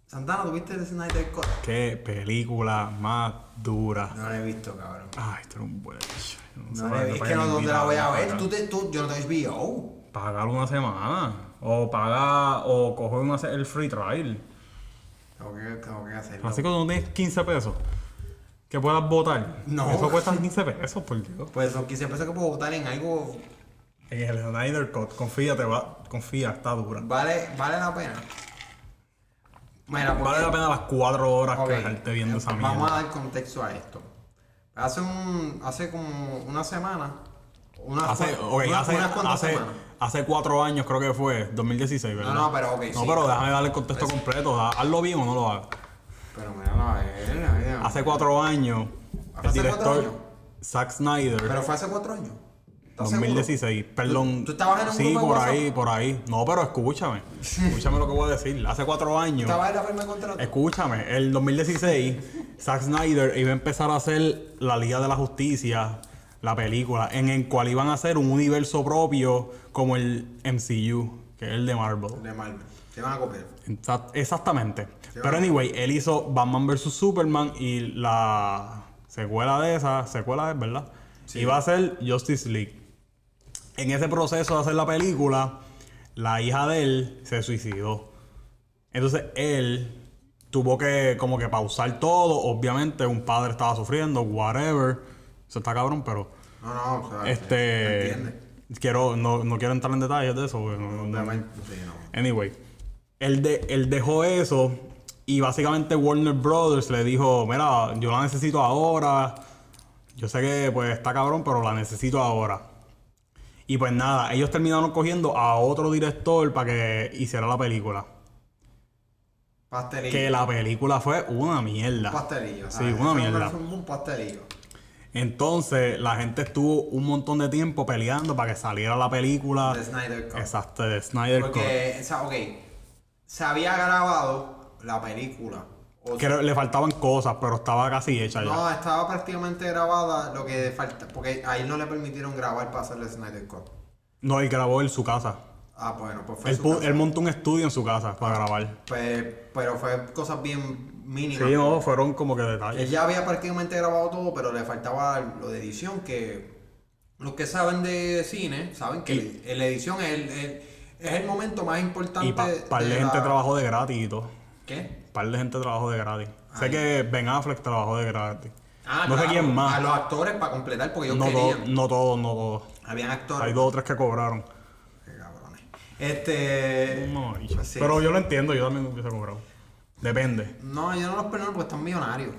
S1: Santana, ¿tuviste el Snyder Cut?
S2: Qué película más dura.
S1: No lo he visto, cabrón.
S2: Ay, tú eres un buen bicho.
S1: No la he visto. Es que no, ¿dónde la voy a ver? Tú, te, tú, yo no te HBO.
S2: Pagar una semana. O pagar, o coger una se- el free trial.
S1: Tengo que, tengo que hacerlo.
S2: Así que tú no tienes 15 pesos. Que puedas votar.
S1: No.
S2: Eso cuesta 15 pesos, por Dios.
S1: Pues son 15 pesos que puedo votar en algo.
S2: En el Snyder Cut, confía, te va, confía, está dura.
S1: Vale, vale la pena. Mira, porque-
S2: Vale la pena las cuatro horas
S1: Ok,
S2: que dejarte viendo esa mierda.
S1: Vamos a dar contexto a esto. Hace un. Hace como una semana. Unas,
S2: Hace,
S1: cua-
S2: ok,
S1: unas-
S2: hace,
S1: unas cuantas
S2: hace,
S1: semanas.
S2: hace cuatro años creo que fue, 2016, ¿verdad?
S1: no, pero ok,
S2: No,
S1: sí.
S2: pero déjame darle el contexto completo. da- Hazlo bien o no lo hagas.
S1: Pero míralo a ver, a ver.
S2: Hace cuatro años, el
S1: ¿Hace
S2: director
S1: cuatro años?
S2: Zack Snyder,
S1: Pero fue hace cuatro años. ¿Estás seguro?
S2: 2016, perdón.
S1: tú estabas en un
S2: Sí,
S1: grupo de
S2: por
S1: WhatsApp?
S2: ahí, por ahí. No, pero escúchame. Escúchame lo que voy a decir. Hace cuatro años.
S1: Estaba en la firma de contrato.
S2: Escúchame, el 2016 Zack Snyder iba a empezar a hacer la Liga de la Justicia, la película, en el cual iban a hacer un universo propio como el MCU, que es el de Marvel.
S1: De Marvel. Se van a copiar.
S2: Exact- Exactamente. Pero anyway, él hizo Batman vs. Superman y la secuela de esa, secuela es, ¿verdad? Iba a ser Justice League. En ese proceso de hacer la película, la hija de él se suicidó. Entonces él tuvo que como que pausar todo. Obviamente un padre estaba sufriendo, whatever. Eso está cabrón, pero...
S1: No, no, o sea, se- se
S2: Este...
S1: entiende.
S2: Quiero, no, no quiero entrar en detalles de eso. porque no- no-
S1: Obviamente, sí, no.
S2: Anyway, él, de- él dejó eso y básicamente Warner Brothers le dijo, mira, yo la necesito ahora. Yo sé que pues está cabrón, pero la necesito ahora. Y pues nada, ellos terminaron cogiendo a otro director para que hiciera la película.
S1: Pastelillo.
S2: Que la película fue una mierda.
S1: Un pastelillo.
S2: Sí,
S1: Ah,
S2: una
S1: eso
S2: mierda.
S1: Es un pastelillo.
S2: Entonces la gente estuvo un montón de tiempo peleando para que saliera la película.
S1: De Snyder Cut.
S2: Exacto, de Snyder Cut.
S1: Porque, o sea, ok, se había grabado la película. O
S2: Que le faltaban cosas, pero estaba casi hecha ya.
S1: No, estaba prácticamente grabada lo que falta. Porque ahí no le permitieron grabar para hacer el Snyder Cut.
S2: No, él grabó en su casa.
S1: Ah, bueno, pues fue
S2: Él,
S1: su
S2: pu-
S1: casa.
S2: él montó un estudio en su casa para grabar.
S1: Pe- pero fue cosas bien mínimas.
S2: Sí, no, fueron como que
S1: Él
S2: detalles.
S1: ya había prácticamente grabado todo, pero le faltaba lo de edición, que los que saben de cine saben que
S2: Y-
S1: el- la edición es el, el- es el momento más importante.
S2: Y pa- par de,
S1: de
S2: gente
S1: la-
S2: trabajó de gratis y todo.
S1: ¿Qué?
S2: Par de gente trabajó de gratis. Sé
S1: Ay.
S2: que Ben Affleck trabajó de gratis.
S1: Ah,
S2: no sé
S1: claro,
S2: quién
S1: A
S2: más.
S1: los actores para completar, porque ellos
S2: No todos,
S1: querían.
S2: no todos, no todos.
S1: Habían actores.
S2: Hay dos o tres que cobraron.
S1: Qué cabrones. Este.
S2: No, bicho.
S1: sí.
S2: Pero yo lo entiendo, yo también hubiese cobrado. Depende.
S1: No, yo no los perdono porque están millonarios.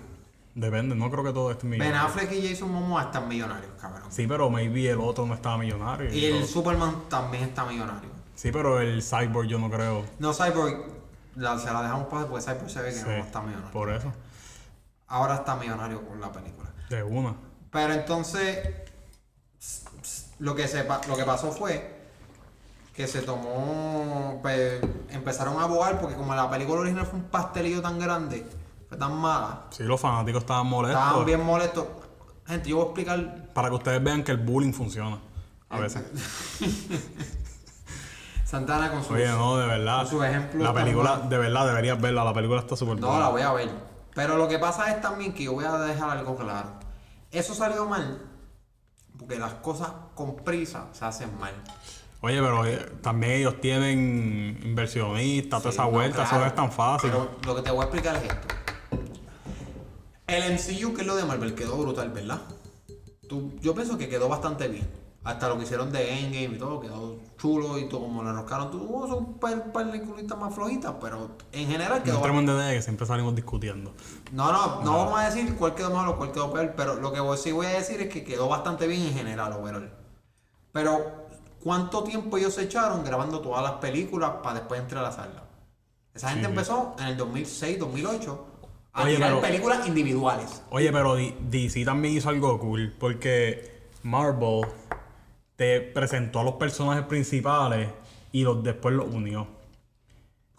S2: Depende, no creo que todo esté
S1: Ben
S2: millonario.
S1: Affleck y Jason Momoa están millonarios, cabrón.
S2: Sí, pero maybe el otro no estaba millonario. y
S1: Y el
S2: todo.
S1: Superman también está millonario.
S2: Sí, pero el Cyborg yo no creo.
S1: No, Cyborg, la- se la dejamos pasar porque Cyborg se ve que
S2: Sí,
S1: no está millonario.
S2: por eso.
S1: Ahora está millonario con la película.
S2: De una.
S1: Pero entonces, s- s- lo que, se, pa- lo que pasó fue que se tomó, pues, empezaron a abogar porque como la película original fue un pastelillo tan grande, fue tan mala,
S2: Sí, los fanáticos estaban molestos.
S1: estaban bien molestos. Gente, yo voy a explicar
S2: Para que ustedes vean que el bullying funciona.
S1: Eh,
S2: A veces.
S1: Santana con su.
S2: Oye, no, de verdad.
S1: Su ejemplo
S2: La
S1: está
S2: película,
S1: mal.
S2: de verdad, deberías verla. La película está súper
S1: No, la voy a ver. Pero lo que pasa es también que yo voy a dejar algo claro. Eso salió mal porque las cosas con prisa se hacen mal.
S2: Oye, pero eh, también ellos tienen inversionistas, toda
S1: Sí,
S2: esa
S1: no,
S2: vuelta. Eso no
S1: claro.
S2: es tan fácil.
S1: Pero lo que te voy a explicar es esto. El MCU, que es lo de Marvel, quedó brutal, ¿verdad? Tú- yo pienso que quedó bastante bien. Hasta lo que hicieron de Endgame y todo, queddo chulo y todo, como la roscaron. Tuvo son par, par peliculitas más flojitas, pero en general
S2: no
S1: quedó
S2: entremos en detalle que siempre salimos discutiendo.
S1: No, no, no vamos a decir cuál quedó mejor o cuál quedó peor, pero lo que voy- sí voy a decir es que quedó bastante bien en general, overall. Pero, ¿cuánto tiempo ellos se echaron grabando todas las películas para después entrelazarlas? Esa gente empezó en el 2006, 2008 a
S2: Oye,
S3: pero-
S1: tirar películas individuales.
S2: Oye, pero D- DC también hizo algo cool. Porque Marvel te presentó a los personajes principales y los, después los unió.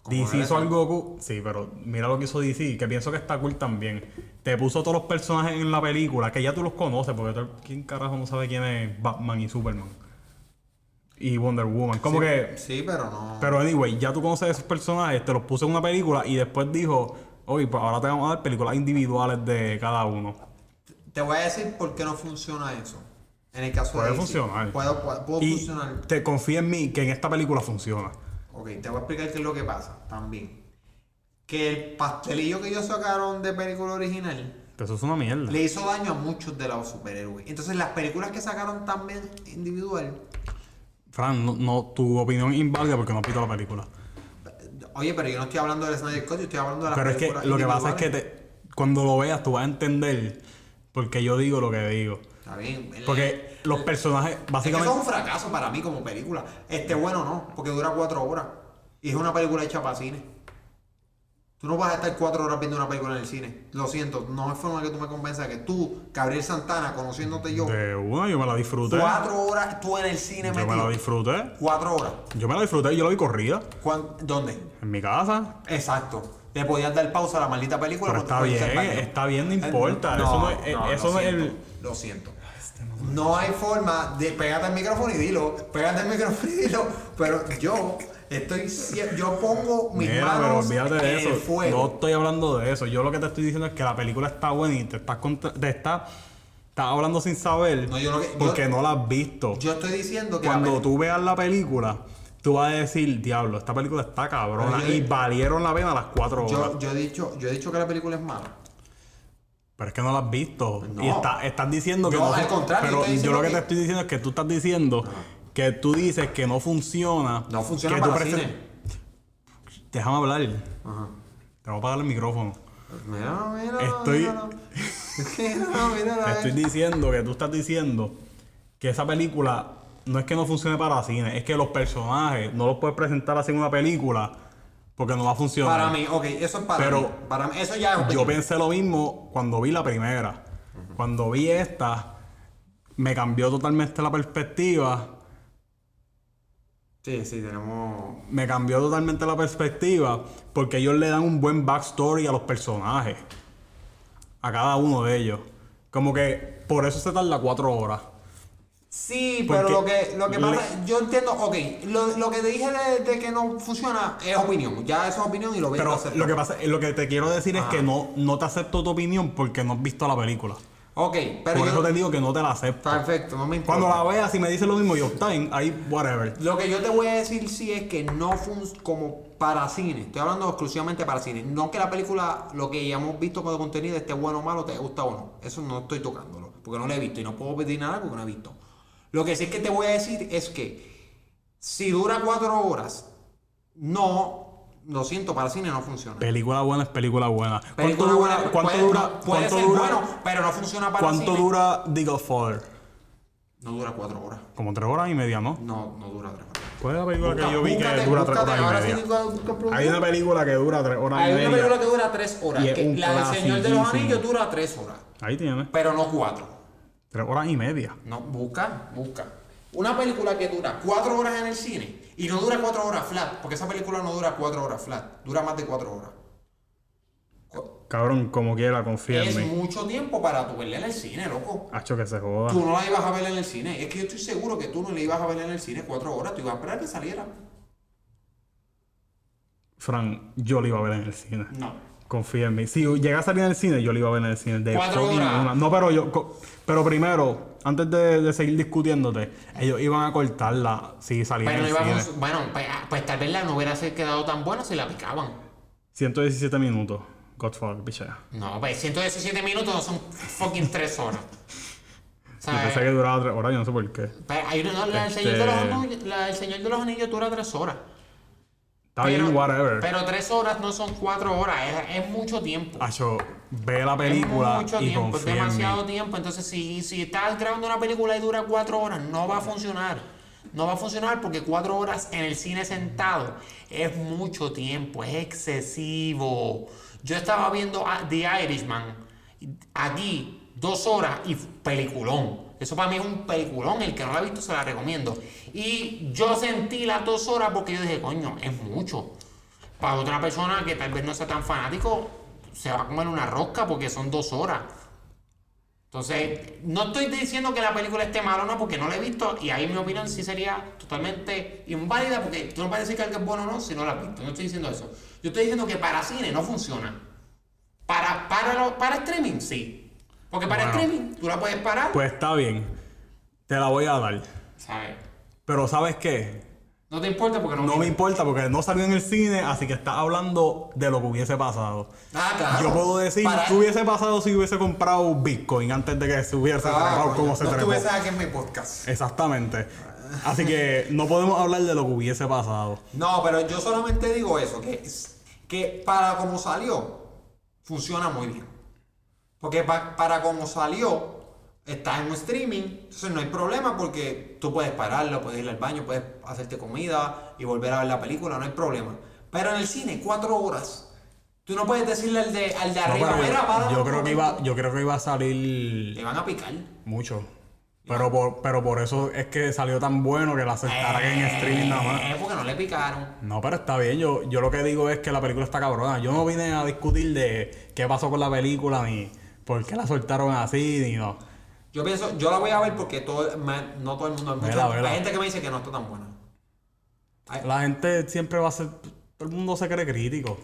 S1: Como
S2: DC
S1: debe
S2: hizo
S1: ser.
S2: algo cool. Sí, pero mira lo que hizo DC, que pienso que está cool también. Te puso todos los personajes en la película, que ya tú los conoces, porque tú- ¿quién carajo no sabe quién es Batman y Superman? Y Wonder Woman. Como
S1: Sí,
S2: que.
S1: Sí, pero no.
S2: Pero anyway, ya tú conoces esos personajes, te los puso en una película y después dijo, oye, pues ahora te vamos a dar películas individuales de cada uno.
S1: Te voy a decir por qué no funciona eso. En el caso
S2: Puede
S1: de. DC.
S2: funcionar.
S1: Puedo, puedo- puedo
S2: y
S1: funcionar.
S2: te confía en mí que en esta película funciona.
S1: Ok, te voy a explicar qué es lo que pasa también. Que el pastelillo que ellos sacaron de película original.
S2: Eso es una mierda.
S1: le hizo daño a muchos de los superhéroes. Entonces las películas que sacaron también individual,
S2: Fran, no, no, tu opinión es inválida porque no has visto la película.
S1: oye, pero yo no estoy hablando del Snyder Cut, yo estoy hablando de las
S2: Pero es que
S1: películas
S2: lo que pasa es que
S1: individuales.
S2: te- cuando lo veas tú vas a entender porque yo digo lo que digo.
S1: Está bien. eh, el-
S2: Porque los personajes,
S1: es que eso es un
S2: básicamente...
S1: fracaso para mí como película. Este bueno no, porque dura cuatro horas. Y es una película hecha para cine. Tú no vas a estar cuatro horas viendo una película en el cine. Lo siento, no es forma que tú me convenzas que tú, Gabriel Santana, conociéndote yo,
S2: De una, yo me la disfruté.
S1: cuatro horas tú en el cine
S2: Yo me la
S1: metido.
S2: disfruté.
S1: Cuatro horas.
S2: Yo me la disfruté y yo la vi corrida
S1: ¿Cuán- ¿Dónde?
S2: en mi casa.
S1: Exacto. Le podías dar pausa a la maldita película.
S2: Pero
S1: cuando Eh,
S2: está
S1: fuiste al
S2: bien,
S1: baño.
S2: está bien, no importa. eh, Eso no es- eso
S1: lo
S2: no es
S1: siento,
S2: el-
S1: Lo siento. No hay forma de pegarte al micrófono y dilo, pegarte al micrófono y dilo, pero yo estoy sie- yo pongo mis
S2: Mira, pero
S1: manos
S2: olvídate
S1: en
S2: de eso.
S1: el fuego.
S2: No estoy hablando de eso. Yo lo que te estoy diciendo es que la película está buena y te estás contra- te está, estás hablando sin saber
S1: No, yo lo que- yo-
S2: porque no la has visto.
S1: Yo estoy diciendo que la
S2: Cuando
S1: peli-
S2: tú veas la película, tú vas a decir, diablo, esta película está cabrona.
S1: Pero yo-
S2: y valieron la pena las cuatro horas.
S1: yo, yo he dicho, yo he dicho que la película es mala.
S2: Pero es que no la has visto.
S1: No.
S2: Y está- estás diciendo que
S1: No,
S2: no.
S1: al contrario,
S2: Pero
S1: estoy
S2: yo
S1: diciendo
S2: lo que,
S1: que-
S2: te estoy diciendo es que tú estás diciendo que tú dices que no funciona.
S1: No funciona
S2: que tú
S1: para
S2: presen-
S1: cine.
S2: Déjame hablar.
S1: Ajá.
S2: Te voy a apagar el micrófono.
S1: Mira, mira,
S2: Estoy-
S1: míralo. Mira, mira,
S2: Te estoy diciendo que tú estás diciendo que esa película no es que no funcione para cine, es que los personajes no los puedes presentar así en una película porque no va a funcionar.
S1: Para mí, ok, eso es para
S2: Pero-
S1: mí. Para mí, eso ya es
S2: Yo
S1: opinión.
S2: pensé lo mismo cuando vi la primera. Cuando vi esta, me cambió totalmente la perspectiva.
S1: Sí, sí, tenemos.
S2: me cambió totalmente la perspectiva porque ellos le dan un buen backstory a los personajes. A cada uno de ellos. Como que por eso se tarda cuatro horas.
S1: Sí,
S2: Porque
S1: pero lo que, lo que
S2: le-
S1: pasa, yo entiendo, ok, lo, lo que te dije de, de que no funciona es opinión, ya eso es opinión y lo voy a
S2: Pero
S1: hacer.
S2: lo que pasa, eh, lo que te quiero decir es que no, no te acepto tu opinión porque no has visto la película.
S1: Ok, pero
S2: por
S1: yo-
S2: eso te digo que no te la acepto.
S1: Perfecto, no me importa.
S2: Cuando la veas y me dices lo mismo, yo, time, ahí, whatever.
S1: Lo que yo te voy a decir sí es que no funciona como para cine. Estoy hablando exclusivamente para cine. No que la película, lo que ya hemos visto como contenido, esté bueno o malo, te gusta o no. Eso no estoy tocándolo. Porque no la he visto y no puedo pedir nada porque no la he visto. Lo que sí que te voy a decir es que si dura cuatro horas, no, lo siento, para cine no funciona.
S2: Película buena es película buena.
S1: Película
S2: ¿Cuánto
S1: buena,
S2: dura? ¿Cuánto
S1: puede-
S2: dura?
S1: no, puede
S2: ¿Cuánto
S1: ser
S2: dura?
S1: bueno, pero no funciona para
S2: ¿Cuánto
S1: cine.
S2: dura The Godfather?
S1: No dura cuatro horas.
S2: Como tres horas y media, ¿no?
S1: No, no dura tres horas.
S2: ¿Cuál es la película
S1: Busca-
S2: que yo vi que
S1: búscate-
S2: dura tres
S1: búscate,
S2: horas
S1: ahora
S2: y
S1: sí
S2: media?
S1: busca- busca-
S2: Hay una película que dura tres horas
S1: Hay
S2: y
S1: una
S2: media.
S1: película que dura tres horas.
S2: Y es
S1: que
S2: un
S1: la del Señor de los
S2: clasiquísimo.
S1: Anillos dura tres horas,
S2: Ahí tiene.
S1: pero no cuatro.
S2: Tres horas y media.
S1: No, busca, busca. Una película que dura cuatro horas en el cine y no dura cuatro horas flat, porque esa película no dura cuatro horas flat, dura más de cuatro horas. Co-
S2: Cabrón, como quiera, confía
S1: Es
S2: en mí.
S1: mucho tiempo para tu verla en el cine, loco.
S2: Hacho que se joda.
S1: Tú no la ibas a ver en el cine. Es que yo estoy seguro que tú no la ibas a ver en el cine cuatro horas. Tú ibas a esperar que saliera.
S2: Fran, yo lo iba a ver en el cine.
S1: No.
S2: Confía en mí. Si llega a salir en el cine, yo lo iba a ver en el cine. De
S4: Cuatro
S2: fucking
S4: horas.
S2: una. No, pero yo. co- Pero primero, antes de, de seguir discutiéndote, ellos iban a cortarla si salía
S4: Pero
S2: en el
S4: iba a
S2: cine.
S4: func- bueno, pues, ah, pues tal vez la no hubiera se- quedado tan buena si la picaban.
S2: 117 minutos. Godfather, picha.
S4: No, pues 117 minutos no son fucking 3 horas.
S2: Yo
S4: ¿Sabes?
S2: pensé que duraba tres horas, yo no sé por qué.
S4: Pero hay una- no, la, del
S2: Este-
S4: Señor de los Anillos, la del Señor de los Anillos dura 3 horas.
S2: Está bien, whatever.
S4: Pero 3 horas no son 4 horas, es, es mucho tiempo.
S2: Hacho, ve la
S4: Es
S2: película
S4: mucho
S2: y
S4: tiempo, es
S2: confía en mí.
S4: demasiado tiempo. Entonces, si, si estás grabando una película y dura cuatro horas, no va a funcionar. No va a funcionar porque cuatro horas en el cine sentado es mucho tiempo, es excesivo. Yo estaba viendo a- The Irishman y- aquí dos horas y peliculón. Eso para mí es un peliculón. El que no la ha visto se la recomiendo. Y yo sentí las dos horas porque yo dije, coño, es mucho. Para otra persona que tal vez no sea tan fanático, se va a comer una rosca porque son dos horas. Entonces, no estoy diciendo que la película esté mala o no, porque no la he visto, y ahí mi opinión sí sería totalmente inválida, porque tú no puedes decir que algo es bueno o no si no la has visto. No estoy diciendo eso. Yo estoy diciendo que para cine no funciona. Para, para, lo- para streaming, sí. Porque para
S2: Bueno.
S4: streaming tú la puedes parar,
S2: Pues está bien. Te la voy a dar.
S4: ¿sabes?
S2: Pero ¿sabes qué?
S4: No te importa porque no,
S2: No me importa porque no salió en el cine, así que estás hablando de lo que hubiese pasado.
S1: Ah, claro.
S2: Yo puedo decir,
S1: Para-
S2: ¿qué hubiese pasado si hubiese comprado Bitcoin antes de que se hubiese
S1: Ah,
S2: trepado
S1: coño,
S2: como se
S1: no
S2: trepó?
S1: estuviese aquí en mi podcast.
S2: Exactamente. Así que no podemos hablar de lo que hubiese pasado.
S1: No, pero yo solamente digo eso, que, es- que para como salió, funciona muy bien. Porque pa- para como salió, está en un streaming, entonces no hay problema porque tú puedes pararlo, puedes ir al baño, puedes hacerte comida y volver a ver la película, no hay problema. Pero en el cine, cuatro horas. Tú no puedes decirle al de, al de
S2: No,
S4: arriba,
S2: pero
S4: mira, para.
S2: yo
S4: un
S2: creo
S4: momento".
S2: que iba, yo creo que iba a salir
S1: Le van a picar.
S2: mucho. Pero por, pero por eso es que salió tan bueno que la aceptaran en streaming nada más.
S1: Eh, porque no le picaron.
S2: No, pero está bien. Yo, yo lo que digo es que la película está cabrona. Yo no vine a discutir de qué pasó con la película, ni por qué la soltaron así, ni no.
S1: Yo pienso, yo la voy a ver porque todo, me- no todo el mundo. hay mucha-
S2: Vela, vela.
S1: Hay gente que me dice que no está tan buena.
S2: La gente siempre va a ser. Todo el mundo se cree crítico.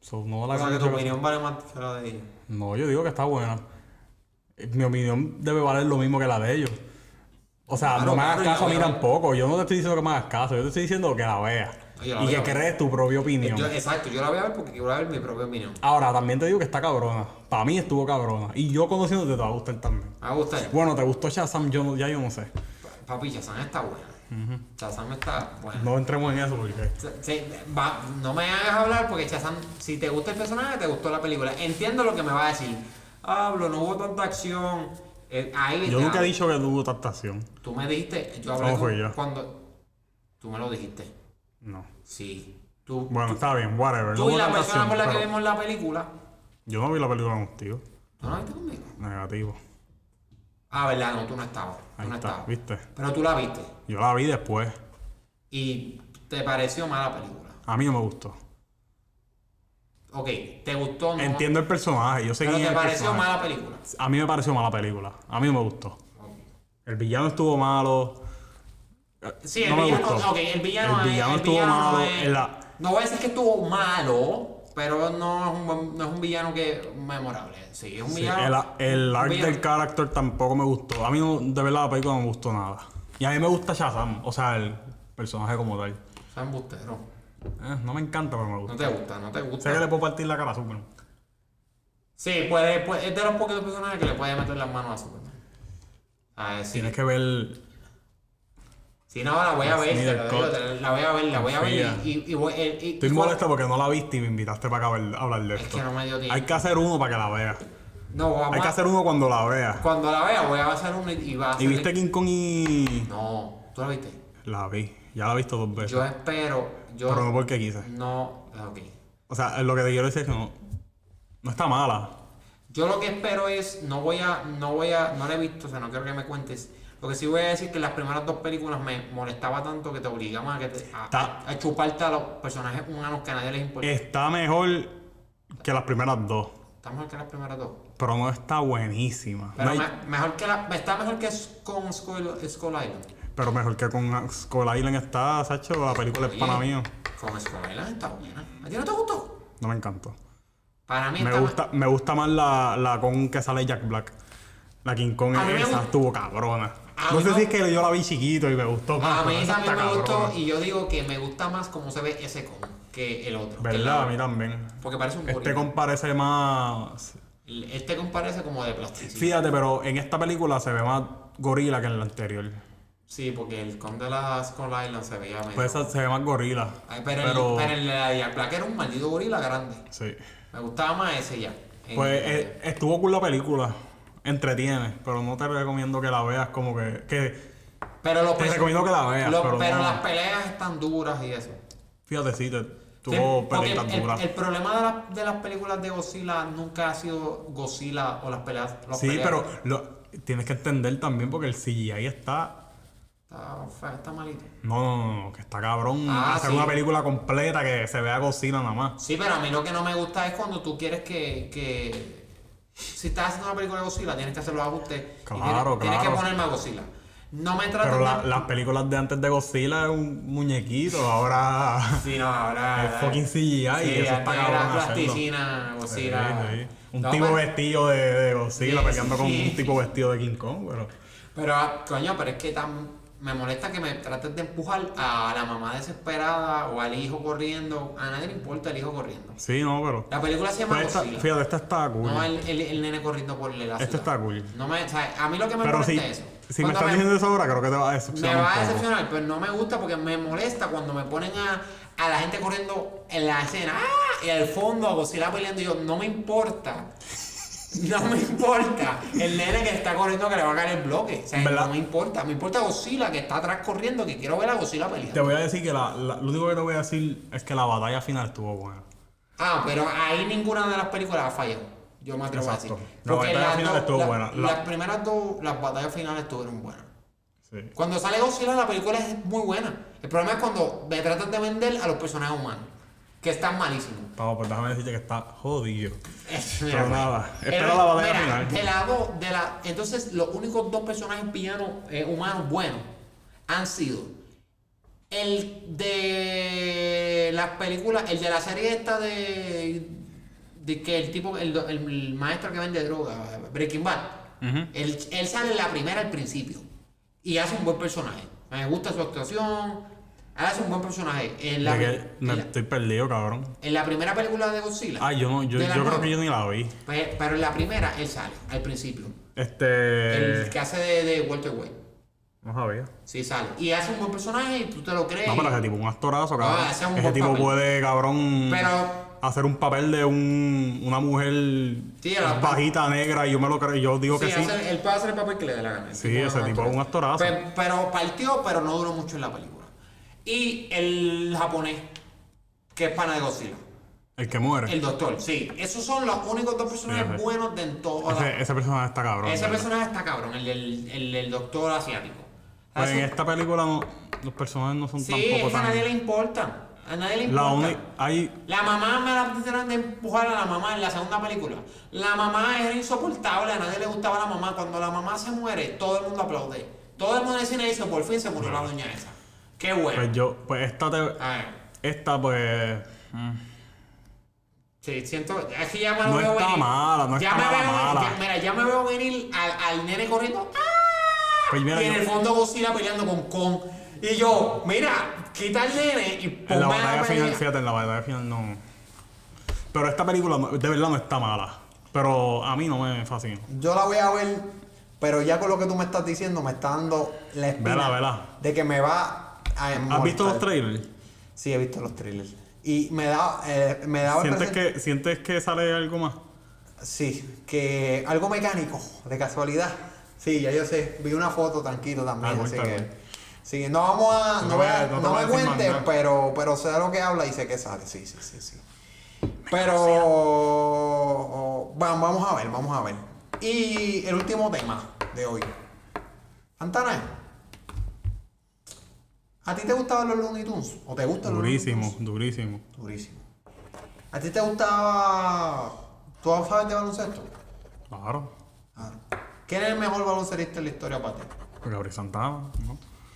S2: So, no la
S1: O sea, que
S2: creo
S1: tu
S2: que-
S1: opinión vale más que la de ella.
S2: No, yo digo que está buena. Eh, Mi opinión debe valer lo mismo que la de ellos. O sea,
S1: Claro,
S2: no me
S1: claro,
S2: hagas
S1: y la
S2: caso a mí
S1: voy a ver.
S2: tampoco. Yo no te estoy diciendo que me hagas caso. Yo te estoy diciendo que la veas.
S1: Yo la
S2: Y
S1: voy
S2: que
S1: a ver.
S2: crees tu propia opinión.
S1: Yo- exacto, yo la voy a ver porque quiero ver mi propia opinión.
S2: Ahora, también te digo que está cabrona. Para mí estuvo cabrona. Y yo conociéndote te va a gustar también.
S1: Me gusta ella.
S2: Bueno, ¿te gustó Shazam? Yo no- ya yo no sé.
S1: Papi, Shazam está buena. Shazam está buena.
S2: No entremos en eso porque...
S1: Sí, va- no me hagas hablar porque Shazam, si te gusta el personaje, te gustó la película. Entiendo lo que me va a decir. Hablo, no hubo tanta acción. Eh, ahí
S2: Yo
S1: te
S2: nunca he
S1: hablo.
S2: dicho que tuvo tanta acción.
S1: Tú me dijiste, yo
S2: No
S1: hablé
S2: fui
S1: con-
S2: yo.
S1: cuando. Tú me lo dijiste.
S2: No.
S1: Sí. Tú,
S2: Bueno,
S1: tú,
S2: está bien, whatever. no
S1: tú y
S2: hubo
S1: la
S2: tanta
S1: persona
S2: acción,
S1: con la que
S2: pero
S1: vimos la película.
S2: Yo no vi la película contigo.
S1: ¿Tú no la viste conmigo?
S2: Negativo.
S1: Ah, verdad, no, tú no estabas. Tú
S2: Ahí
S1: no
S2: está,
S1: estabas.
S2: ¿viste?
S1: Pero tú la viste.
S2: Yo la vi después.
S1: Y te pareció mala película.
S2: A mí no me gustó.
S1: Ok, te gustó, no.
S2: Entiendo el personaje. Yo sé
S1: Pero
S2: quién es
S1: te
S2: el
S1: pareció
S2: personaje.
S1: mala película.
S2: A mí me pareció mala película. A mí no me gustó. El villano estuvo malo.
S1: Sí, el
S2: No me
S1: villano,
S2: gustó.
S1: ok, el villano,
S2: El
S1: es-
S2: villano estuvo
S1: villano
S2: malo,
S1: es-
S2: en la-
S1: No voy a decir que estuvo malo, pero no es un, buen- no es un villano que memorable. Sí, es un
S2: Sí, el,
S1: villano.
S2: el
S1: un
S2: arc
S1: villano-
S2: del character tampoco me gustó. A mí, no, de verdad, la película no me gustó nada. Y a mí me gusta Shazam. O sea, el personaje como tal.
S1: San Bustero.
S2: Eh, no me encanta, pero me gusta.
S1: No te gusta, no te
S2: Sé que le
S1: gusta.
S2: puedo partir la cara a Superman.
S1: Sí, puede, puede- es de los pocos personajes que le puede meter las manos a Superman. A ver, sí.
S2: Tienes que ver
S1: Si no, la voy a ver, te lo digo,
S2: Snyder
S1: te- la voy a ver, la voy a ver.
S2: Confía.
S1: Y, y, y voy- el- y-
S2: Estoy
S1: y-
S2: molesto porque no la viste y me invitaste para acá a hablar de
S1: Es
S2: esto.
S1: que no me dio tiempo.
S2: Hay que hacer uno para que la veas.
S1: No, vamos
S2: Hay que
S1: a-
S2: hacer uno cuando la veas.
S1: Cuando la vea, voy a hacer un y va a
S2: Y
S1: hacer.
S2: viste King Kong y.
S1: No, tú la viste.
S2: La vi. Ya la he visto dos veces.
S1: Yo espero. Yo
S2: Pero no porque quise.
S1: No, ah, ok.
S2: O sea, lo que te quiero decir es que no. No está mala.
S1: Yo lo que espero es, no voy a, no voy a, no la he visto, o sea, no quiero que me cuentes. Lo que sí voy a decir es que las primeras dos películas me molestaba tanto que te obligaban a, que te- a,
S2: Está-
S1: a chuparte a los personajes humanos que a nadie les importa.
S2: Está mejor que las primeras dos.
S1: Está mejor que las primeras dos.
S2: Pero no está buenísima.
S1: Pero
S2: No hay-
S1: me- mejor que la, está mejor que S- con Skull, Skull Island.
S2: pero mejor que con Skull Island está, Sacho. La película es pana mío.
S1: Con Skull Island está buena. ¿A ti no te gustó?
S2: No me encantó.
S1: Para mí
S2: Me
S1: Pues está
S2: gusta, me gusta más la, la con que sale Jack Black. La King Kong
S1: A mí me
S2: esa
S1: gust-
S2: estuvo cabrona.
S1: A
S2: No
S1: mí
S2: sé
S1: no-
S2: si es que yo la vi chiquito y me gustó más.
S1: A mí
S2: pero esa
S1: también
S2: está
S1: Ah, pues, me gustó
S2: cabrona.
S1: y yo digo que me gusta más cómo se ve ese con que el otro. que el
S2: ¿Verdad? A
S1: otro.
S2: mí también.
S1: Porque parece un
S2: Este
S1: gorila.
S2: con parece más.
S1: El- Este con parece como de plástico. Sí.
S2: Fíjate, pero en esta película se ve más gorila que en la anterior.
S1: porque el con de las con Island se veía medio.
S2: Pues esa se ve más gorila.
S1: Ay, pero, el-
S2: pero.
S1: pero el de la Jack Black era un maldito gorila grande.
S2: Sí.
S1: Me gustaba más ese ya.
S2: Pues
S1: Eh,
S2: eh, estuvo cool la película. Entretiene, pero no te recomiendo que la veas como que. que
S1: pero los
S2: te
S1: perso-
S2: recomiendo que la veas,
S1: los-
S2: pero
S1: pero,
S2: no.
S1: las peleas están duras y eso.
S2: fíjate, sí, te,
S1: Sí,
S2: tuvo
S1: porque
S2: peleitas
S1: el,
S2: duras.
S1: el problema de, las- de las películas de Godzilla nunca ha sido Godzilla o las peleas. las
S2: Sí,
S1: peleas.
S2: pero lo- tienes que entender también porque el CGI está.
S1: Está, feo, está malito.
S2: No, no, no, que está cabrón.
S1: Ah,
S2: hacer
S1: sí.
S2: una película completa que se vea cocina nada más.
S1: Sí, pero a mí lo que no me gusta es cuando tú quieres que. que- si estás haciendo una película de Godzilla, tienes que hacer los ajustes. y tienes,
S2: Claro,
S1: tienes que
S2: claro.
S1: ponerme a Godzilla. No me trates
S2: Pero la-
S1: de-
S2: las películas de antes de Godzilla era un muñequito, ahora
S1: Sí, no, ahora.
S2: es fucking CGI
S1: Sí,
S2: y eso está
S1: antes era
S2: cabrón hacerlo.
S1: plasticina, Godzilla.
S2: Sí, sí. Un
S1: No,
S2: tipo
S1: pero-
S2: vestido de, de Godzilla
S1: Sí,
S2: peleando con
S1: sí.
S2: un tipo vestido de King Kong, pero
S1: Pero, ah, coño, pero es que tan, me molesta que me trates de empujar a la mamá desesperada o al hijo corriendo. A nadie le importa el hijo corriendo.
S2: sí, no, pero
S1: La película se llama
S2: Pues esta-
S1: Godzilla.
S2: fíjate, esta está cool.
S1: No el, el, el nene corriendo por la
S2: Esto
S1: ciudad.
S2: Este está cool.
S1: No me, o sea, a mí lo que me
S2: pero si,
S1: molesta es eso.
S2: si me
S1: Cuando
S2: estás diciendo pues. eso ahora, creo que te va a decepcionar.
S1: Me va
S2: un
S1: a
S2: poco.
S1: decepcionar, pero no me gusta porque me molesta cuando me ponen a, a la gente corriendo en la escena. ¡Ah! Y al fondo a Godzilla peleando. Y yo, no me importa. No me importa el nene que está corriendo que le va a caer el bloque. O sea,
S2: ¿Verdad?
S1: no me importa. Me importa Godzilla que está atrás corriendo, que quiero ver a Godzilla
S2: Te
S1: peleando.
S2: voy a decir que la, la- lo único que te voy a decir es que la batalla final estuvo buena.
S1: Ah, pero ahí ninguna de las películas ha fallado. Yo me atrevo a
S2: Exacto.
S1: decir.
S2: La batalla
S1: las
S2: final
S1: dos-
S2: estuvo
S1: la-
S2: buena. La-
S1: Las primeras dos, las batallas finales estuvieron buenas.
S2: Sí.
S1: Cuando sale Godzilla, la película es muy buena. El problema es cuando me tratan de vender a los personajes humanos.
S5: que está malísimo.
S2: Vamos, pues déjame decirte que está jodido.
S5: Es-
S2: Pero
S5: mira,
S2: nada,
S5: el-
S2: espera la batalla
S5: mira,
S2: final.
S5: De la do- de la, entonces, los únicos dos personajes villanos eh, humanos buenos han sido el de las películas, el de la serie esta de, de que el tipo, el, do- el maestro que vende droga, Breaking Bad, él, él sale en la primera al principio y hace un buen personaje. Me gusta su actuación, hace un buen personaje. En la,
S2: De que
S5: en
S2: me
S5: la-
S2: estoy perdido, cabrón.
S5: en la primera película de Godzilla.
S2: Ah, yo no, yo,
S5: de
S2: yo
S5: la
S2: creo
S5: nueva.
S2: que yo ni la vi.
S5: Pe- Pues, Pero en la primera él sale, al principio.
S2: Este.
S5: El que hace de, de Walter White.
S2: No sabía.
S5: Sí, sale. Y hace un buen personaje y tú te lo crees.
S2: No, pero ese tipo es un actorazo, cabrón.
S5: Ah, ese es un
S2: ese
S5: buen
S2: tipo
S5: papel.
S2: puede, cabrón,
S5: Pero-
S2: hacer un papel de un, una mujer
S5: Sí, la-
S2: bajita, negra, y yo me lo creo, yo digo
S5: Sí,
S2: que sí.
S5: hace- él puede hacer el papel que le dé la gana. El
S2: Sí, ese tipo es un actorazo.
S5: Pe- pero partió, pero no duró mucho en la película. Y el japonés, que es pana de Godzilla.
S2: El que muere.
S5: El doctor, sí. Esos son los únicos dos personajes
S2: Sí, sí.
S5: buenos de en toda la-
S2: Eh. Ese, ese personaje está cabrón.
S5: Ese
S2: ¿verdad?
S5: personaje está cabrón, el del el del doctor asiático.
S2: Pues en
S5: Hace-
S2: esta película no- los personajes no son
S5: sí, es
S2: tampoco
S5: que a
S2: tan.
S5: nadie le importa. A nadie le importa.
S2: la única. Hay.
S5: La mamá me la pusieron de empujar a la mamá en la segunda película. La mamá era insoportable, a nadie le gustaba la mamá. Cuando la mamá se muere, todo el mundo aplaude. Todo el mundo en el cine dice, por fin se murió la doña esa. Qué
S2: Pues
S5: bueno.
S2: yo. Pues esta te-
S5: A ver,
S2: Esta, pues. mm,
S5: sí, siento, es que ya me lo
S2: No
S5: veo
S2: está
S5: venir.
S2: mala, no
S5: ya
S2: está
S5: me
S2: mala,
S5: veo, venir-
S2: mala.
S5: ya- mira, ya me veo venir al, al nene corriendo. ¡ah!
S2: Pues mira,
S5: y en
S2: yo-
S5: el fondo Godzilla peleando con Kong. Y yo, mira, quita al nene y
S2: En la
S5: ponme a
S2: batalla final,
S5: pelear.
S2: fíjate, en la batalla final no. Pero esta película no- de verdad no está mala. Pero a mí no me fascina.
S1: Yo la voy a ver, pero ya con lo que tú me estás diciendo, me está dando la espina
S2: Vela, vela.
S1: de que me va a enmortar.
S2: ¿Has visto los trailers?
S1: Sí, he visto los trailers. Y me da, eh, me da
S2: ¿Sientes que, ¿Sientes que sale algo más?
S1: Sí, que algo mecánico, de casualidad. Sí, ya yo sé. Vi una foto tranquilo también,
S2: Ah,
S1: así
S2: cuéntame.
S1: que. Sí, no vamos a. No,
S2: No te
S1: voy
S2: voy a-
S1: a-
S2: no te
S1: no
S2: voy
S1: me
S2: a decir más
S1: cuentes,
S2: nada.
S1: pero, pero sé de lo que habla y sé que sale. Sí, sí, sí, sí. Pero. Bueno, vamos a ver, vamos a ver. Y el último tema de hoy. Antana, ¿a ti te gustaban los Looney Tunes? ¿O te gustan los Looney Tunes?
S2: Durísimo, durísimo.
S1: Durísimo. ¿A ti te gustaba. ¿Tú sabes de baloncesto?
S2: Claro.
S1: Claro. ¿Quién es el mejor baloncerista en la historia para ti?
S2: Gabriel Santana, ¿no?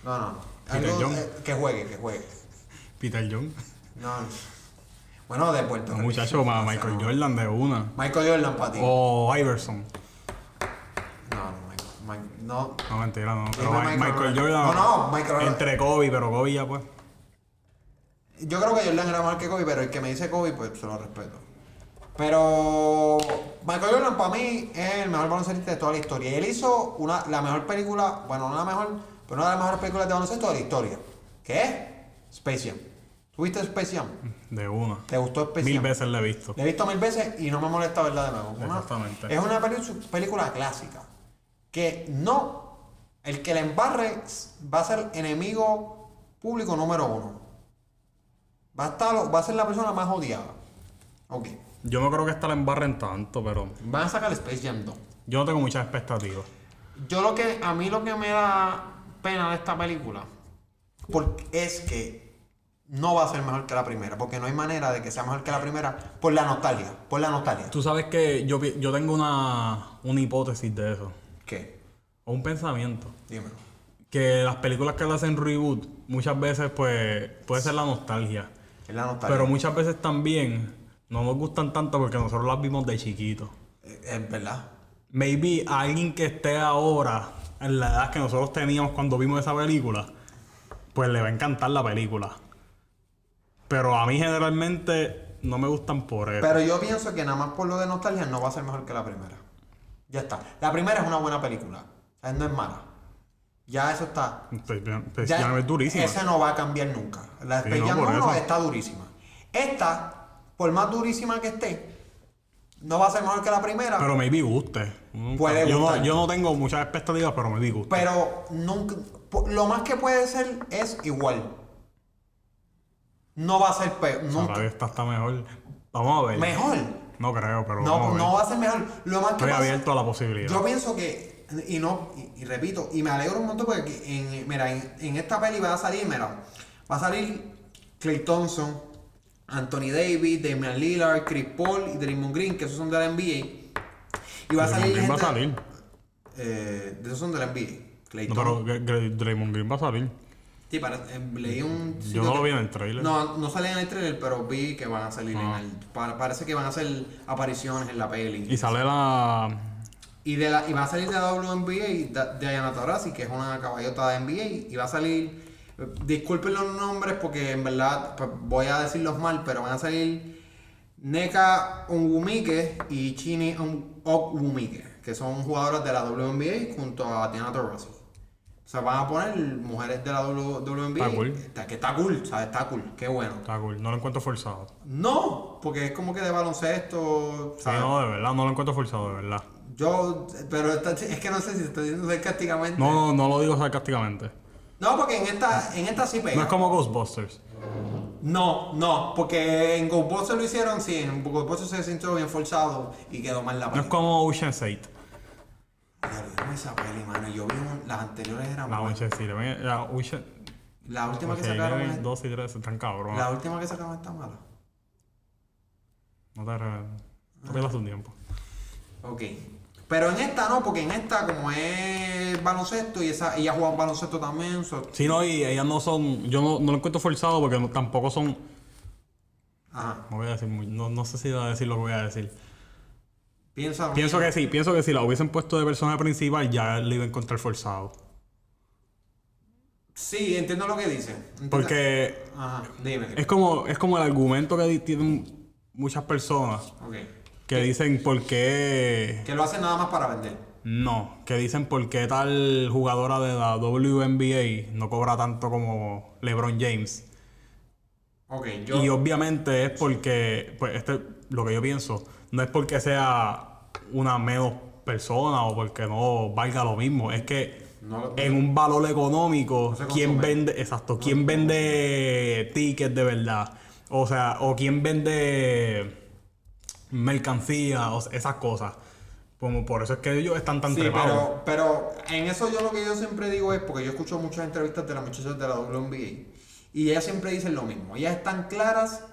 S1: No, no. no.
S2: Peter
S1: Algo,
S2: Young.
S1: eh, que juegue, que juegue.
S2: Peter Young.
S1: No, no. Bueno, de Puerto
S2: Un
S1: Rico.
S2: muchacho más
S1: O sea,
S2: Michael
S1: no.
S2: Jordan Oh. de una.
S1: Michael Jordan para ti.
S2: O Iverson.
S1: No, no, Michael. Mike- no.
S2: No, mentira, no. Pero
S1: Dime
S2: Mi-
S1: Michael
S2: Michael
S1: Jordan.
S2: Jordan.
S1: No, no, Michael Jordan.
S2: Entre Kobe, pero Kobe ya pues.
S1: Yo creo que Jordan era mejor que Kobe, pero el que me dice Kobe, pues se lo respeto. Pero Michael Jordan para mí es el mejor baloncerista de toda la historia. Y él hizo una, la mejor película, bueno, no la mejor, pero una de las mejores películas de baloncesto de la historia. ¿Qué es? Space Jam. ¿Tuviste Space Jam?
S2: De una.
S1: ¿Te gustó Space
S2: Mil
S1: Jam?
S2: veces le he visto.
S1: La he visto mil veces y no me molesta verla de nuevo. Una-
S2: Exactamente.
S1: es una peli- película clásica. Que no. El que la embarre va a ser enemigo público número uno. Va a, estar, va a ser la persona más odiada. Ok.
S2: Yo no creo que esta la embarren tanto, pero
S5: Van a sacar Space Jam 2.
S2: yo no tengo muchas expectativas.
S5: Yo lo que, a mí lo que me da pena de esta película
S1: Porque es que no va a ser mejor que la primera. Porque no hay manera de que sea mejor que la primera por la nostalgia. Por la nostalgia.
S2: Tú sabes que yo, pi- yo tengo una, una hipótesis de eso,
S1: ¿Qué?
S2: o un pensamiento,
S1: Dímelo.
S2: que las películas que le hacen reboot muchas veces pues puede ser la nostalgia,
S1: Es la nostalgia.
S2: pero muchas veces también no nos gustan tanto porque nosotros las vimos de chiquitos.
S1: Eh, es verdad.
S2: Maybe a alguien que esté ahora en la edad que nosotros teníamos cuando vimos esa película, pues le va a encantar la película. Pero a mí generalmente no me gustan por eso.
S1: Pero yo pienso que nada más por lo de nostalgia no va a ser mejor que la primera. Ya está. La primera es una buena película. O sea, no es mala. Ya eso está.
S2: Pues, pues, ya, no es durísima.
S1: Esa no va a cambiar nunca. La
S2: Sí,
S1: Space
S2: no,
S1: Jam
S2: por
S1: 1
S2: eso.
S1: está durísima. Esta, por más durísima que esté, no va a ser mejor que la primera.
S2: Pero me guste. Nunca-
S1: Puede
S2: yo, no,
S1: gustar.
S2: yo no tengo muchas expectativas, pero me guste.
S1: Pero nunca, po- lo más que puede ser es igual. No va a ser peor.
S2: Ahora
S1: Nunca.
S2: esta está mejor. Vamos a ver.
S1: Mejor.
S2: No creo, pero vamos a
S1: No,
S2: ver.
S1: no va a ser mejor. Lo más que
S2: Estoy
S1: va a ser-
S2: abierto a la posibilidad.
S1: Yo pienso que, y no, y, y repito, y me alegro un montón porque aquí en, mira, en, en esta peli va a salir, mira, va a salir Clay Thompson, Anthony Davis, Damian Lillard, Chris Paul y Draymond Green, que esos son de la NBA. Y va a salir.
S2: Draymond Green va a
S1: gente-
S2: salir.
S1: Eh, de esos son de la NBA. Clay
S2: No,
S1: Thompson.
S2: pero Gre- Gre- Draymond Green va a salir.
S1: Sí, para, eh, leí un.
S2: Yo no lo vi en el trailer. Ah.
S1: No, no salía en el trailer, pero vi que van a salir en el. pa- parece que van a hacer apariciones en la peli.
S2: Y sale la.
S1: Y, de la, y va a salir de la WNBA da- de Diana Taurasi, que es una caballota de NBA. Y va a salir. eh, Disculpen los nombres porque en verdad pues, voy a decirlos mal, pero van a salir Neka Onwumike y Chini On- Okwumike, que son jugadoras de la WNBA junto a Diana Taurasi. O sea, van a poner mujeres de la W- WNBA.
S2: Está cool.
S1: Está- que está cool, o sea, está cool, qué bueno.
S2: Está cool. No lo encuentro forzado.
S1: No, porque es como que de baloncesto.
S2: Sí,
S1: ¿sabes?
S2: no, de verdad, no lo encuentro forzado, de verdad.
S1: Yo, pero está- es que no sé si estoy diciendo sarcásticamente.
S2: No, no, no lo digo sarcásticamente.
S1: No, porque en esta, en esta sí
S2: No es
S1: pega.
S2: como Ghostbusters.
S1: No, no, porque en Ghostbusters lo hicieron, sí, en Ghostbusters se sintió bien forzado y quedó mal la
S2: No es
S1: película.
S2: como Ocean's 8.
S1: Diablo, yo vi esa peli, mano, yo vi un- las anteriores eran
S2: La
S1: buenas.
S2: Ocean's 11. La Ocean-
S1: La última que
S2: Ocean's
S1: sacaron es-
S2: 11, 2 y 3 están cabrón.
S1: la última que sacaron está mala.
S2: No te arregles. Pierdas tu tiempo.
S1: Ok. Pero en esta no, porque en esta como es baloncesto y esa ella juega baloncesto también, so-
S2: Sí, no, y ellas no son. Yo no, no lo encuentro forzado porque no- tampoco son.
S1: ajá.
S2: No voy a decir muy- no, no sé si voy a decir lo que voy a decir.
S1: Piensa
S2: Pienso que sí, pienso que si la hubiesen puesto de personaje principal ya le iba a encontrar forzado.
S1: Sí, entiendo lo que dice. Entiendo-
S2: Porque
S1: ajá, dime.
S2: es como, es como el argumento que di- tienen muchas personas
S1: Ok.
S2: que dicen por qué.
S1: Que lo hacen nada más para vender.
S2: No, que dicen por qué tal jugadora de la WNBA no cobra tanto como LeBron James.
S1: Ok, yo.
S2: Y obviamente es porque, pues este, lo que yo pienso, no es porque sea una menos persona o porque no valga lo mismo, es que
S1: No-
S2: en un valor económico,
S1: se
S2: ¿quién
S1: consume.
S2: vende, exacto, quién vende tickets de verdad? O sea, o quién vende mercancía, o sea, esas cosas. Como por eso es que ellos están tan
S1: Sí,
S2: trepados.
S1: pero, pero en eso yo lo que yo siempre digo es, porque yo escucho muchas entrevistas de las muchachas de la WNBA, y ellas siempre dicen lo mismo. Ellas están claras,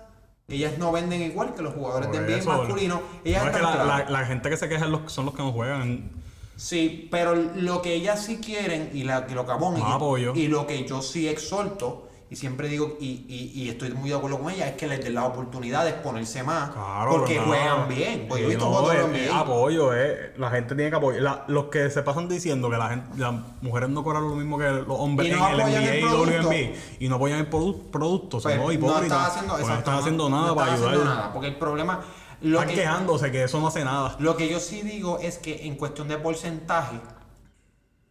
S1: ellas no venden igual que los jugadores
S2: Por
S1: de NBA
S2: eso,
S1: masculino. Ellas
S2: no es que
S1: están
S2: la,
S1: claras.
S2: la- la gente que se queja es los- son los que no juegan.
S1: Sí, pero lo que ellas sí quieren y, la, y lo que abonan,
S2: Más
S1: y-
S2: apoyo.
S1: y lo que yo sí exhorto y siempre digo y, y- y estoy muy de acuerdo con ellas es que les den las oportunidades ponerse más
S2: Claro,
S1: porque
S2: no.
S1: juegan bien. Porque yo he
S2: Sí,
S1: visto
S2: no, este,
S1: juegos de
S2: es-
S1: NBA.
S2: es apoyo, eh. La gente tiene que apoyar. La- los que se pasan diciendo que la gente, las mujeres no cobran lo mismo que los hombres
S1: Y
S2: en
S1: no
S2: el
S1: apoyan
S2: NBA
S1: el
S2: y
S1: producto.
S2: WNBA y no apoyan el produ- producto,
S1: Pues,
S2: son unos
S1: no
S2: hipócritas.
S1: estás haciendo,
S2: Pues no
S1: exacto,
S2: están
S1: no-
S2: haciendo nada
S1: no
S2: para
S1: estás
S2: ayudar.
S1: haciendo nada, porque el problema. Lo
S2: Están
S1: que,
S2: quejándose que eso no hace nada.
S1: lo que yo sí digo es que en cuestión de porcentaje,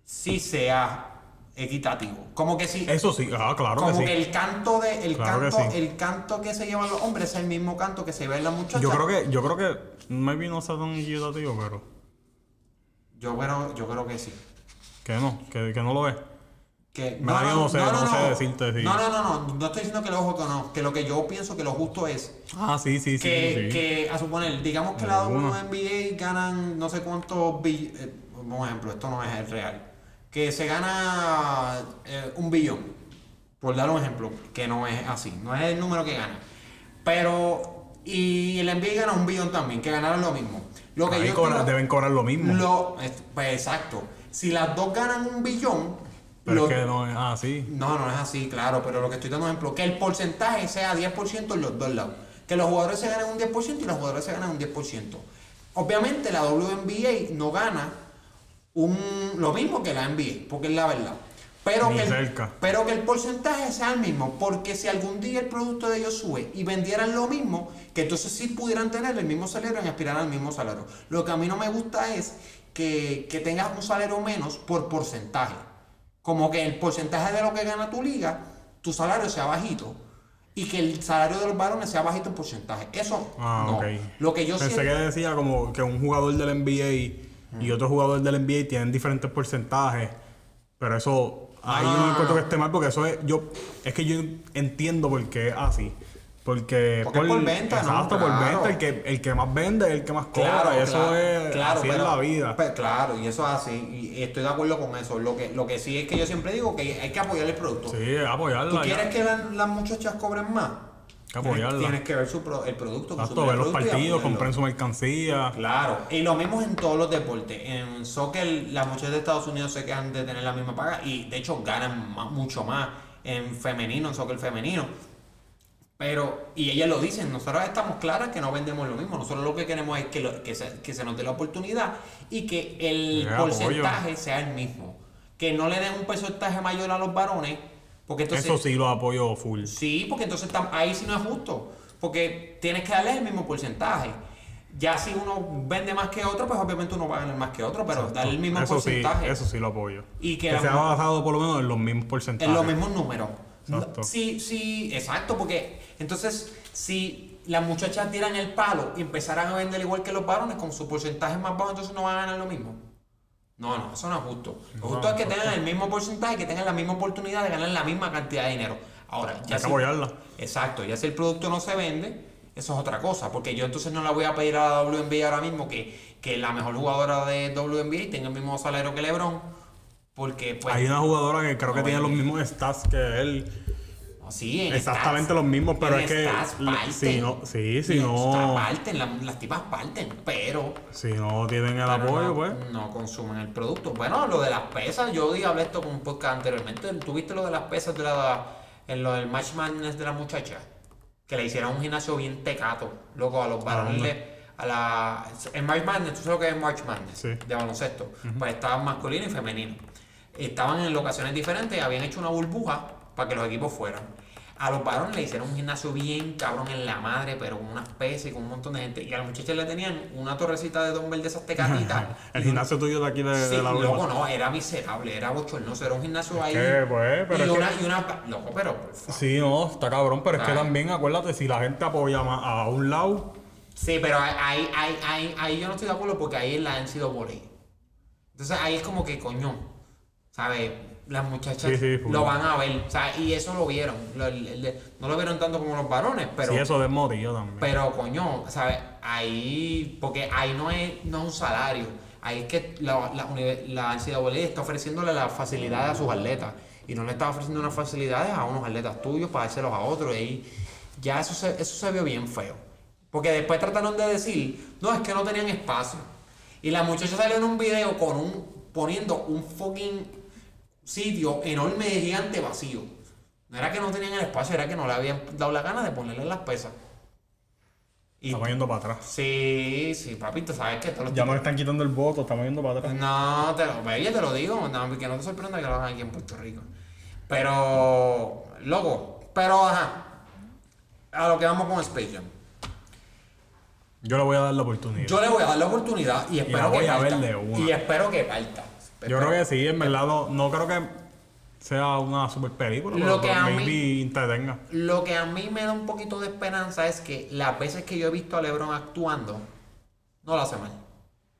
S1: sí sea equitativo. Como que sí.
S2: Eso sí, ah, claro que
S1: como
S2: sí.
S1: que el canto de el
S2: Claro que
S1: canto
S2: sí.
S1: el canto que se llevan los hombres es el mismo canto que se llevan las muchachas
S2: Yo creo que, yo creo que maybe no sea tan equitativo, pero
S1: yo creo yo creo que sí
S2: que no, que, que no lo es.
S1: que
S2: Me da que no sé, no sé decirte si-
S1: no no no no no estoy diciendo que lo ojo que no que lo que yo pienso que lo justo es
S2: Ah, sí, sí, sí,
S1: que,
S2: sí.
S1: que, a suponer, digamos que la
S2: Alguna.
S1: WNBA ganan no sé cuántos billones, por ejemplo, esto no es el real, que se gana eh, un billón, por dar un ejemplo, que no es así, no es el número que gana. Pero, y el NBA gana un billón también, que ganaron lo mismo. Lo que
S2: Ahí
S1: yo
S2: cobran-
S1: creo-
S2: deben cobrar lo mismo.
S1: lo- es- pues, exacto. Si las dos ganan un billón,
S2: pero
S1: lo-
S2: es que no es ah, sí.
S1: no, no es así, claro, pero lo que estoy dando es ejemplo, que el porcentaje sea 10% en los dos lados. Que los jugadores se ganen un 10% y los jugadores se ganan un 10%. Obviamente la WNBA no gana un, lo mismo que la NBA, porque es la verdad. Pero
S2: Ni
S1: que, el,
S2: cerca.
S1: pero que el porcentaje sea el mismo, porque si algún día el producto de ellos sube y vendieran lo mismo, que entonces sí pudieran tener el mismo salario y aspirar al mismo salario. Lo que a mí no me gusta es que, que tengas un salario menos por porcentaje. Como que el porcentaje de lo que gana tu liga, tu salario sea bajito. Y que el salario de los varones sea bajito en porcentaje. Eso
S2: Ah,
S1: no.
S2: ok.
S1: Lo que yo
S2: Pensé
S1: siento-
S2: que decía como que un jugador del NBA y otro jugador del NBA tienen diferentes porcentajes. Pero eso, ahí
S1: no, no,
S2: yo no
S1: no, no.
S2: encuentro que esté mal porque eso es, yo, es que yo entiendo por qué es así. Porque,
S1: Porque es por venta, ¿no?
S2: exacto, por
S1: Claro.
S2: venta, el que, el que más vende es el que más cobra. y eso es así es
S1: pero-
S2: la vida.
S1: pero claro, y eso es así. Y estoy de acuerdo con eso. Lo que, lo que sí es que yo siempre digo que hay que apoyar el producto.
S2: sí,
S1: ¿Tú
S2: apoyarla. ya.
S1: quieres que la- las muchachas cobren más?
S2: que apoyarla.
S1: Tienes que ver su pro- el producto.
S2: Exacto,
S1: consumir
S2: ver
S1: el
S2: los
S1: producto y
S2: partidos,
S1: apoyarlo.
S2: compren su mercancía.
S1: Claro, y lo mismo es en todos los deportes. En soccer, las muchachas de Estados Unidos se quedan de tener la misma paga y de hecho ganan ma- mucho más en femenino, en soccer femenino. Pero, y ellas lo dicen, nosotros estamos claras que no vendemos lo mismo, nosotros lo que queremos es que, lo- que, se, que se nos dé la oportunidad y que el
S2: Ya,
S1: porcentaje sea el mismo. Que no le den un porcentaje mayor a los varones, porque entonces
S2: Eso sí lo apoyo full.
S1: Sí, porque entonces tam- ahí sí no es justo. Porque tienes que darle el mismo porcentaje. Ya si uno vende más que otro, pues obviamente uno va a ganar más que otro, pero darle el mismo
S2: eso sí,
S1: porcentaje
S2: eso sí lo apoyo.
S1: Y que
S2: que
S1: la-
S2: sea basado por lo menos en los mismos
S1: en
S2: porcentajes.
S1: los mismos números.
S2: Exacto.
S1: Sí, sí, exacto, porque entonces si las muchachas tiran el palo y empezaran a vender igual que los varones con su porcentaje más bajo, entonces no van a ganar lo mismo. No, no, eso no es justo. Lo justo es que tengan el mismo porcentaje, que tengan la misma oportunidad de ganar la misma cantidad de dinero. Ahora, ya
S2: Hay que
S1: si-
S2: apoyarla.
S1: Exacto, ya si el producto no se vende, eso es otra cosa, porque yo entonces no la voy a pedir a la WNBA ahora mismo que, que la mejor jugadora de WNBA tenga el mismo salario que LeBron, porque pues...
S2: Hay una jugadora que creo que
S1: No,
S2: tiene
S1: eh.
S2: los mismos stats que él.
S1: sí, en
S2: Exactamente
S1: stats-
S2: los mismos, pero
S1: en
S2: es que.
S1: stats parten.
S2: Si no, sí, si
S1: En stats
S2: no.
S1: parten, la- las tipas parten, pero...
S2: Si no tienen el
S1: pero
S2: apoyo,
S1: no,
S2: pues.
S1: no consumen el producto. Bueno, lo de las pesas, yo di- hablé esto con un podcast anteriormente. ¿Tuviste lo de las pesas de la, en lo del match madness de la muchacha? Que le hicieron un gimnasio bien tecato, loco, a los varones.
S2: hombre.
S1: le- a la, en March Madness, tú sabes lo que es March Madness,
S2: Sí.
S1: de baloncesto. Pues estaban masculino y femenino. Estaban en locaciones diferentes, habían hecho una burbuja para que los equipos fueran. A los varones le hicieron un gimnasio bien cabrón en la madre, pero con unas pesas y con un montón de gente. Y a las muchachas le tenían una torrecita de dumbbell de esas tecatitas.
S2: El gimnasio tuyo de aquí de,
S1: Sí,
S2: de la
S1: loco, no, era miserable, era bochornoso, era un gimnasio ahí.
S2: que, pues, pero
S1: y,
S2: es que-
S1: una, y una. Loco, pero. por favor.
S2: Sí, no, está cabrón, pero es que
S1: Ay.
S2: también acuérdate, si la gente apoya más a un lado,
S1: Sí, pero ahí, ahí, ahí, ahí yo no estoy de acuerdo porque ahí es la han sido por ahí. Entonces ahí es como que coño, ¿sabes? Las muchachas
S2: Sí, sí, full.
S1: lo van a ver, ¿sabes? Y eso lo vieron. lo- el- el- no lo vieron tanto como los varones, pero.
S2: si eso desmotiva también.
S1: Pero coño, ¿sabes? Ahí, porque ahí no es, no es un salario. Ahí es que la, la, unive- la NCAA está ofreciéndole las facilidades a sus atletas. Y no le está ofreciendo unas facilidades a unos atletas tuyos para dárselos a otros. Y ahí ya eso se, eso se vio bien feo. Porque después trataron de decir, no, es que no tenían espacio. Y la muchacha salió en un video con un poniendo un fucking sitio enorme de gigante vacío. No era que no tenían el espacio, era que no le habían dado la gana de ponerle las pesas. Y-
S2: estamos yendo para atrás.
S1: sí, sí, papito, sabes que todos los
S2: Ya nos están quitando el voto, estamos yendo para atrás.
S1: No, te lo, ve, yo te lo digo, no, que no te sorprenda que lo hagan aquí en Puerto Rico. Pero, loco, pero ajá. A lo que vamos con Space Jam.
S2: Yo le voy a dar la oportunidad. Yo,
S1: Yo le voy a dar la oportunidad y espero
S2: voy
S1: que
S2: a ver
S1: parta.
S2: de una.
S1: Y espero que parta.
S2: creo que sí, en verdad no, no creo que sea una super película,
S1: Lo
S2: pero,
S1: que
S2: pero
S1: a mí-
S2: maybe entretenga.
S1: Lo que a mí me da un poquito de esperanza es que las veces que yo he visto a LeBron actuando, no lo hace mal.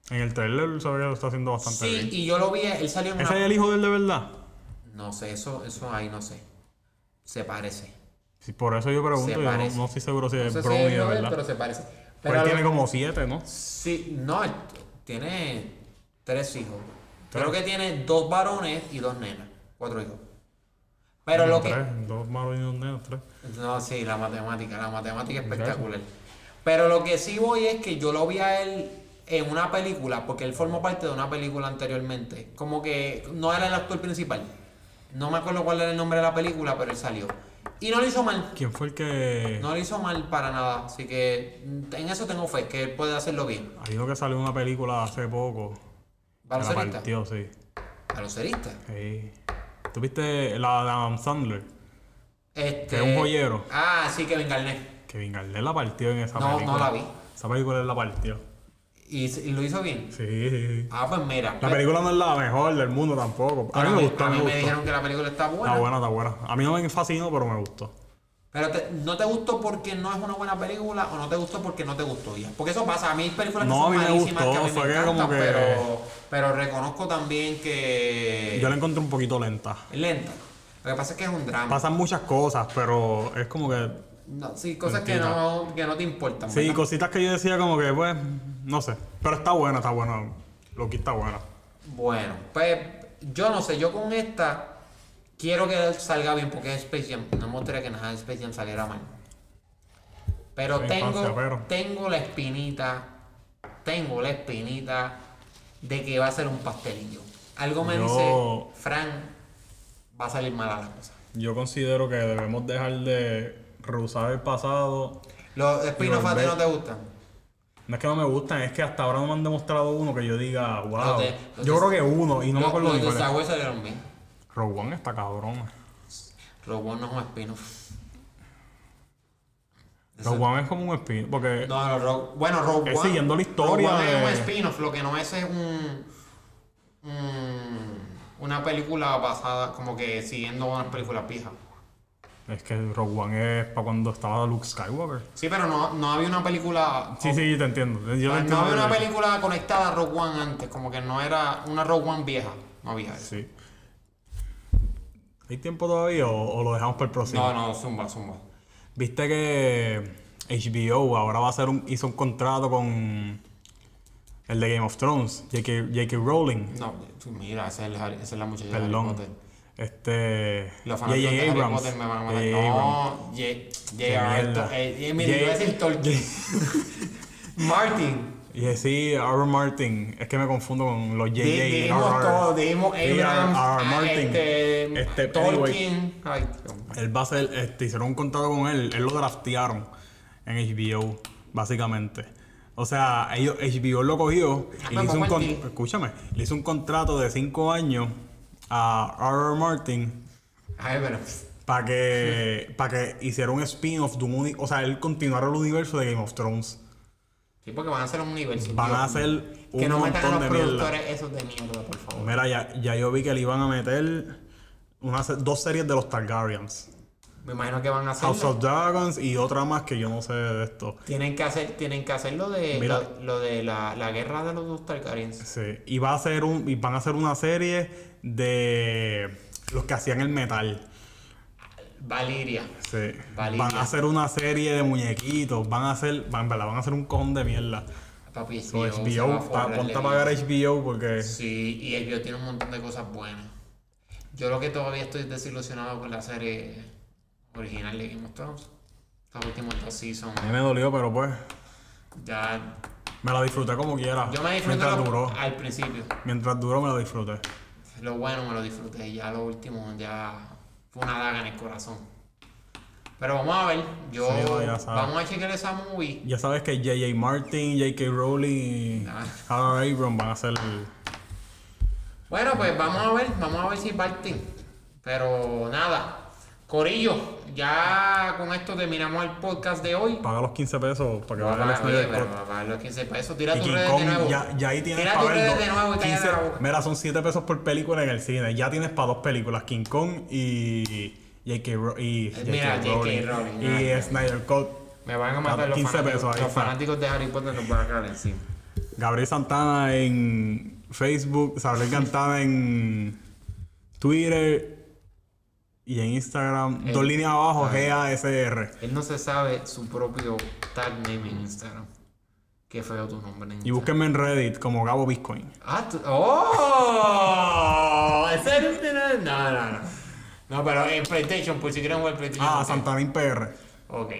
S2: En el trailer se ve que lo está haciendo bastante
S1: Sí,
S2: bien.
S1: y yo lo vi, él salió en
S2: ¿Ese es
S1: una...
S2: el hijo de él de verdad?
S1: No sé, eso, eso ahí no sé. Se parece.
S2: Sí, por eso yo
S1: Se
S2: pregunto, yo no,
S1: parece.
S2: no estoy seguro si
S1: No
S2: es
S1: sé si
S2: Brody
S1: es
S2: de
S1: Robert,
S2: verdad.
S1: pero se parece.
S2: Pero
S1: Pero
S2: él
S1: lo-
S2: tiene como siete, ¿no?
S1: Sí, no, él t- tiene tres hijos. Creo que tiene dos varones y dos nenas. Cuatro hijos. Pero
S2: Bueno,
S1: lo que...
S2: tres, dos malos y dos negros, tres.
S1: No, sí, la matemática, la matemática es espectacular. Pero lo que sí voy es que yo lo vi a él en una película, porque él formó parte de una película anteriormente. Como que no era el actor principal. No me acuerdo cuál era el nombre de la película, pero él salió. Y no lo hizo mal.
S2: ¿Quién fue el que...?
S1: No lo hizo mal para nada. Así que mm, en eso tengo fe, que él puede hacerlo bien.
S2: Hay uno que salió en una película hace poco. que La
S1: Baloncerista.
S2: partió, sí.
S1: Baloncerista.
S2: sí. ¿Tú viste la de Adam Sandler?
S1: Este...
S2: Que es un joyero.
S1: Ah, sí, Kevin Garnett.
S2: Kevin Garnett la partió en esa
S1: No, no
S2: película.
S1: la vi.
S2: Esa película él la partió.
S1: Y, y lo hizo bien.
S2: Sí, sí, sí.
S1: Ah, pues mira.
S2: La película no es la mejor del mundo tampoco. A mí
S1: Bueno,
S2: me gustó,
S1: a
S2: a mí me
S1: me
S2: gustó.
S1: dijeron que la película está
S2: Está buena, está buena. A mí no me fascinó, pero me gustó.
S1: Pero te- no te gustó porque no es una buena película o no te gustó porque no te gustó ya. Porque eso pasa. A mí hay películas
S2: No, a
S1: que
S2: mí
S1: son
S2: me
S1: malísimas
S2: gustó,
S1: que a mí me
S2: fue que
S1: encantan,
S2: como que-
S1: pero, pero reconozco también que
S2: Yo la encontré un poquito lenta.
S1: es lenta. Lo que pasa es que es un drama.
S2: Pasan muchas cosas, pero es como que...
S1: No, sí, cosas que
S2: Mentira.
S1: no, que no te importan.
S2: Sí,
S1: ¿verdad?
S2: cositas que yo decía como que, pues, no sé. Pero está buena, está buena. Loki está buena.
S1: Bueno, pues yo no sé, yo con esta quiero que salga bien porque es Space Jam. No me gustaría que nada de Space Jam saliera mal. Pero
S2: Sí,
S1: tengo,
S2: infancia, pero.
S1: tengo la espinita, tengo la espinita de que va a ser un pastelillo. Algo me
S2: Yo-
S1: dice, Fran, va a salir mala la cosa.
S2: Yo considero que debemos dejar de rehusar el pasado.
S1: Los spin-offs a ti
S2: volver.
S1: no te gustan.
S2: No es que no me gustan, es que hasta ahora no me han demostrado uno que yo diga, wow.
S1: Los de- los
S2: yo
S1: de-
S2: creo que uno, y no me
S1: Los-
S2: acuerdo
S1: los
S2: ni
S1: de
S2: cuál es.
S1: Star Wars salieron bien.
S2: Rogue One está cabrón.
S1: Rogue One no es un spin-off.
S2: Rogue One es como un spin, porque
S1: No, no, Rogue- bueno, Rogue
S2: Es
S1: One.
S2: siguiendo la historia
S1: Rogue One
S2: de-
S1: es un spin-off, lo que no es es un, un- una película basada, como que siguiendo una película pija.
S2: es que Rogue One es para cuando estaba Luke Skywalker.
S1: Sí, pero no, no había una película.
S2: Sí, sí, te
S1: Oh.
S2: entiendo. Yo te
S1: Pues, no,
S2: entiendo
S1: había
S2: lo
S1: una
S2: que dices.
S1: película conectada a Rogue One antes, como que no era una Rogue One vieja. No había eso.
S2: Sí. ¿Hay tiempo todavía o, o lo dejamos para el próximo?
S1: No, no, zumba, zumba.
S2: Viste que HBO ahora va a hacer un, hizo un contrato con el de Game of Thrones, J.K. J.K. Rowling.
S1: No, tú mira, esa es la, esa es la muchacha de Harry
S2: Perdón.
S1: Potter.
S2: Este.
S1: Los
S2: J.J.
S1: fanáticos de Harry
S2: Abrams.
S1: Potter me van a matar.
S2: J.J. Abrams.
S1: No, J.R.R.
S2: mierda.
S1: Tolkien. eh, Mira,
S2: J-
S1: iba a decir Tolkien. Martin.
S2: Y sí, R. Martin. Es que me confundo con los J.J.
S1: Di- Dijimos
S2: R.R..
S1: todo, dijimos
S2: J.R.R.
S1: Abrams, ah,
S2: Martin.
S1: este,
S2: Este,
S1: Tolkien. Ay, Dios mío.
S2: Él va a ser, este, hicieron un contrato con él, él lo draftearon en HBO, básicamente. O sea, ellos, HBO lo cogió y
S1: Ah,
S2: le hizo, un
S1: papá,
S2: con-
S1: sí.
S2: escúchame, le hizo un contrato de 5 años a R.R. Martin
S1: Ay, pero pff,
S2: para que, pa' que hiciera un spin-off de un uni- O sea, él continuara el universo de Game of Thrones.
S1: sí, porque van a hacer un universo.
S2: Van a
S1: Dios
S2: hacer
S1: mío.
S2: un
S1: Que no metan a
S2: montón
S1: los
S2: de mierda.
S1: productores esos de mierda, por favor.
S2: Mira, ya, ya yo vi que le iban a meter una se- dos series de los Targaryens.
S1: Me imagino que van a hacer.
S2: House of Dragons y otra más que yo no sé de esto.
S1: Tienen que hacer, tienen que hacer lo de
S2: Mira.
S1: lo, lo de la, la guerra de los dos Targaryens.
S2: Sí, y va a ser un, y van a hacer una serie de los que hacían el metal.
S1: Valiria.
S2: Sí.
S1: Valiria.
S2: Van a hacer una serie de muñequitos, van a hacer, van, en verdad, van a hacer un cojón de mierda.
S1: Papi,
S2: So,
S1: HBO, se va a
S2: HBO, pa-
S1: forrar
S2: ponte
S1: de
S2: a pagar
S1: vida.
S2: HBO porque
S1: Sí, y HBO tiene un montón de cosas buenas. Yo lo que todavía estoy desilusionado con la serie original de Game of Thrones. Estas últimas dos seasons.
S2: a mí me dolió, pero pues
S1: Ya.
S2: me la disfruté como quiera.
S1: Yo me disfruté
S2: mientras
S1: lo-
S2: duró,
S1: al principio.
S2: mientras duró me la disfruté.
S1: Lo bueno me lo disfruté. Ya lo último, ya fue una daga en el corazón. Pero vamos a ver. Yo.
S2: Sí, no, ya sabes.
S1: vamos a chequear esa movie.
S2: Ya sabes que J.J. Martin, J.K. Rowling y
S1: Ah.
S2: R.R. Abrams van a hacer el-
S1: Bueno, pues vamos a ver, vamos a ver si parten. Pero nada, Corillo, ya con esto terminamos el podcast de hoy.
S2: paga los 15 pesos para que
S1: Ah, Pero
S2: vaya el Snyder Cut.
S1: para los 15 pesos, tira
S2: Y
S1: tus
S2: King
S1: redes de
S2: Kong,
S1: nuevo.
S2: ya, ya ahí tienes
S1: tira
S2: pa'
S1: tus
S2: ver
S1: redes
S2: dos-
S1: de nuevo y cállate
S2: 15
S1: la boca.
S2: Mira, son 7 pesos por película en el cine. Ya tienes para dos películas, King Kong y J.K. Ro- y
S1: Eh,
S2: J.K.
S1: Mira, J.K. Rowling,
S2: Y
S1: ah.
S2: Snyder Cut.
S1: Me van a matar los
S2: 15
S1: fanáticos,
S2: pesos, ahí
S1: los
S2: está.
S1: fanáticos de Harry Potter nos van a caer encima.
S2: Gabriel Santana en Facebook, Gabriel Santana en Twitter y en Instagram.
S1: Eh,
S2: dos líneas abajo, G-A-S-R.
S1: Él no se sabe su propio tag name en Instagram. Qué feo tu nombre en
S2: Y
S1: Instagram.
S2: búsquenme en Reddit como Gabo Bitcoin.
S1: Ah, tú- ¡Oh! Ese no tiene- No, no, no. No, pero en PlayStation, pues si quieren jugar PlayStation.
S2: Ah,
S1: ok.
S2: Santana en PR.
S1: Ok.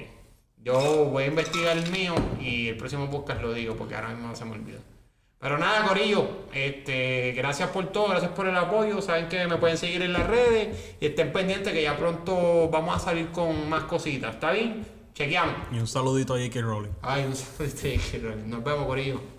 S1: Yo voy a investigar el mío y el próximo podcast lo digo porque ahora mismo se me olvida. Pero nada, Corillo, este, gracias por todo, gracias por el apoyo. Saben que me pueden seguir en las redes y estén pendientes que ya pronto vamos a salir con más cositas. ¿Está bien? Chequeamos.
S2: Y un saludito a J.K. Rowling.
S1: Ay, un saludito, este, Nos vemos, Corillo.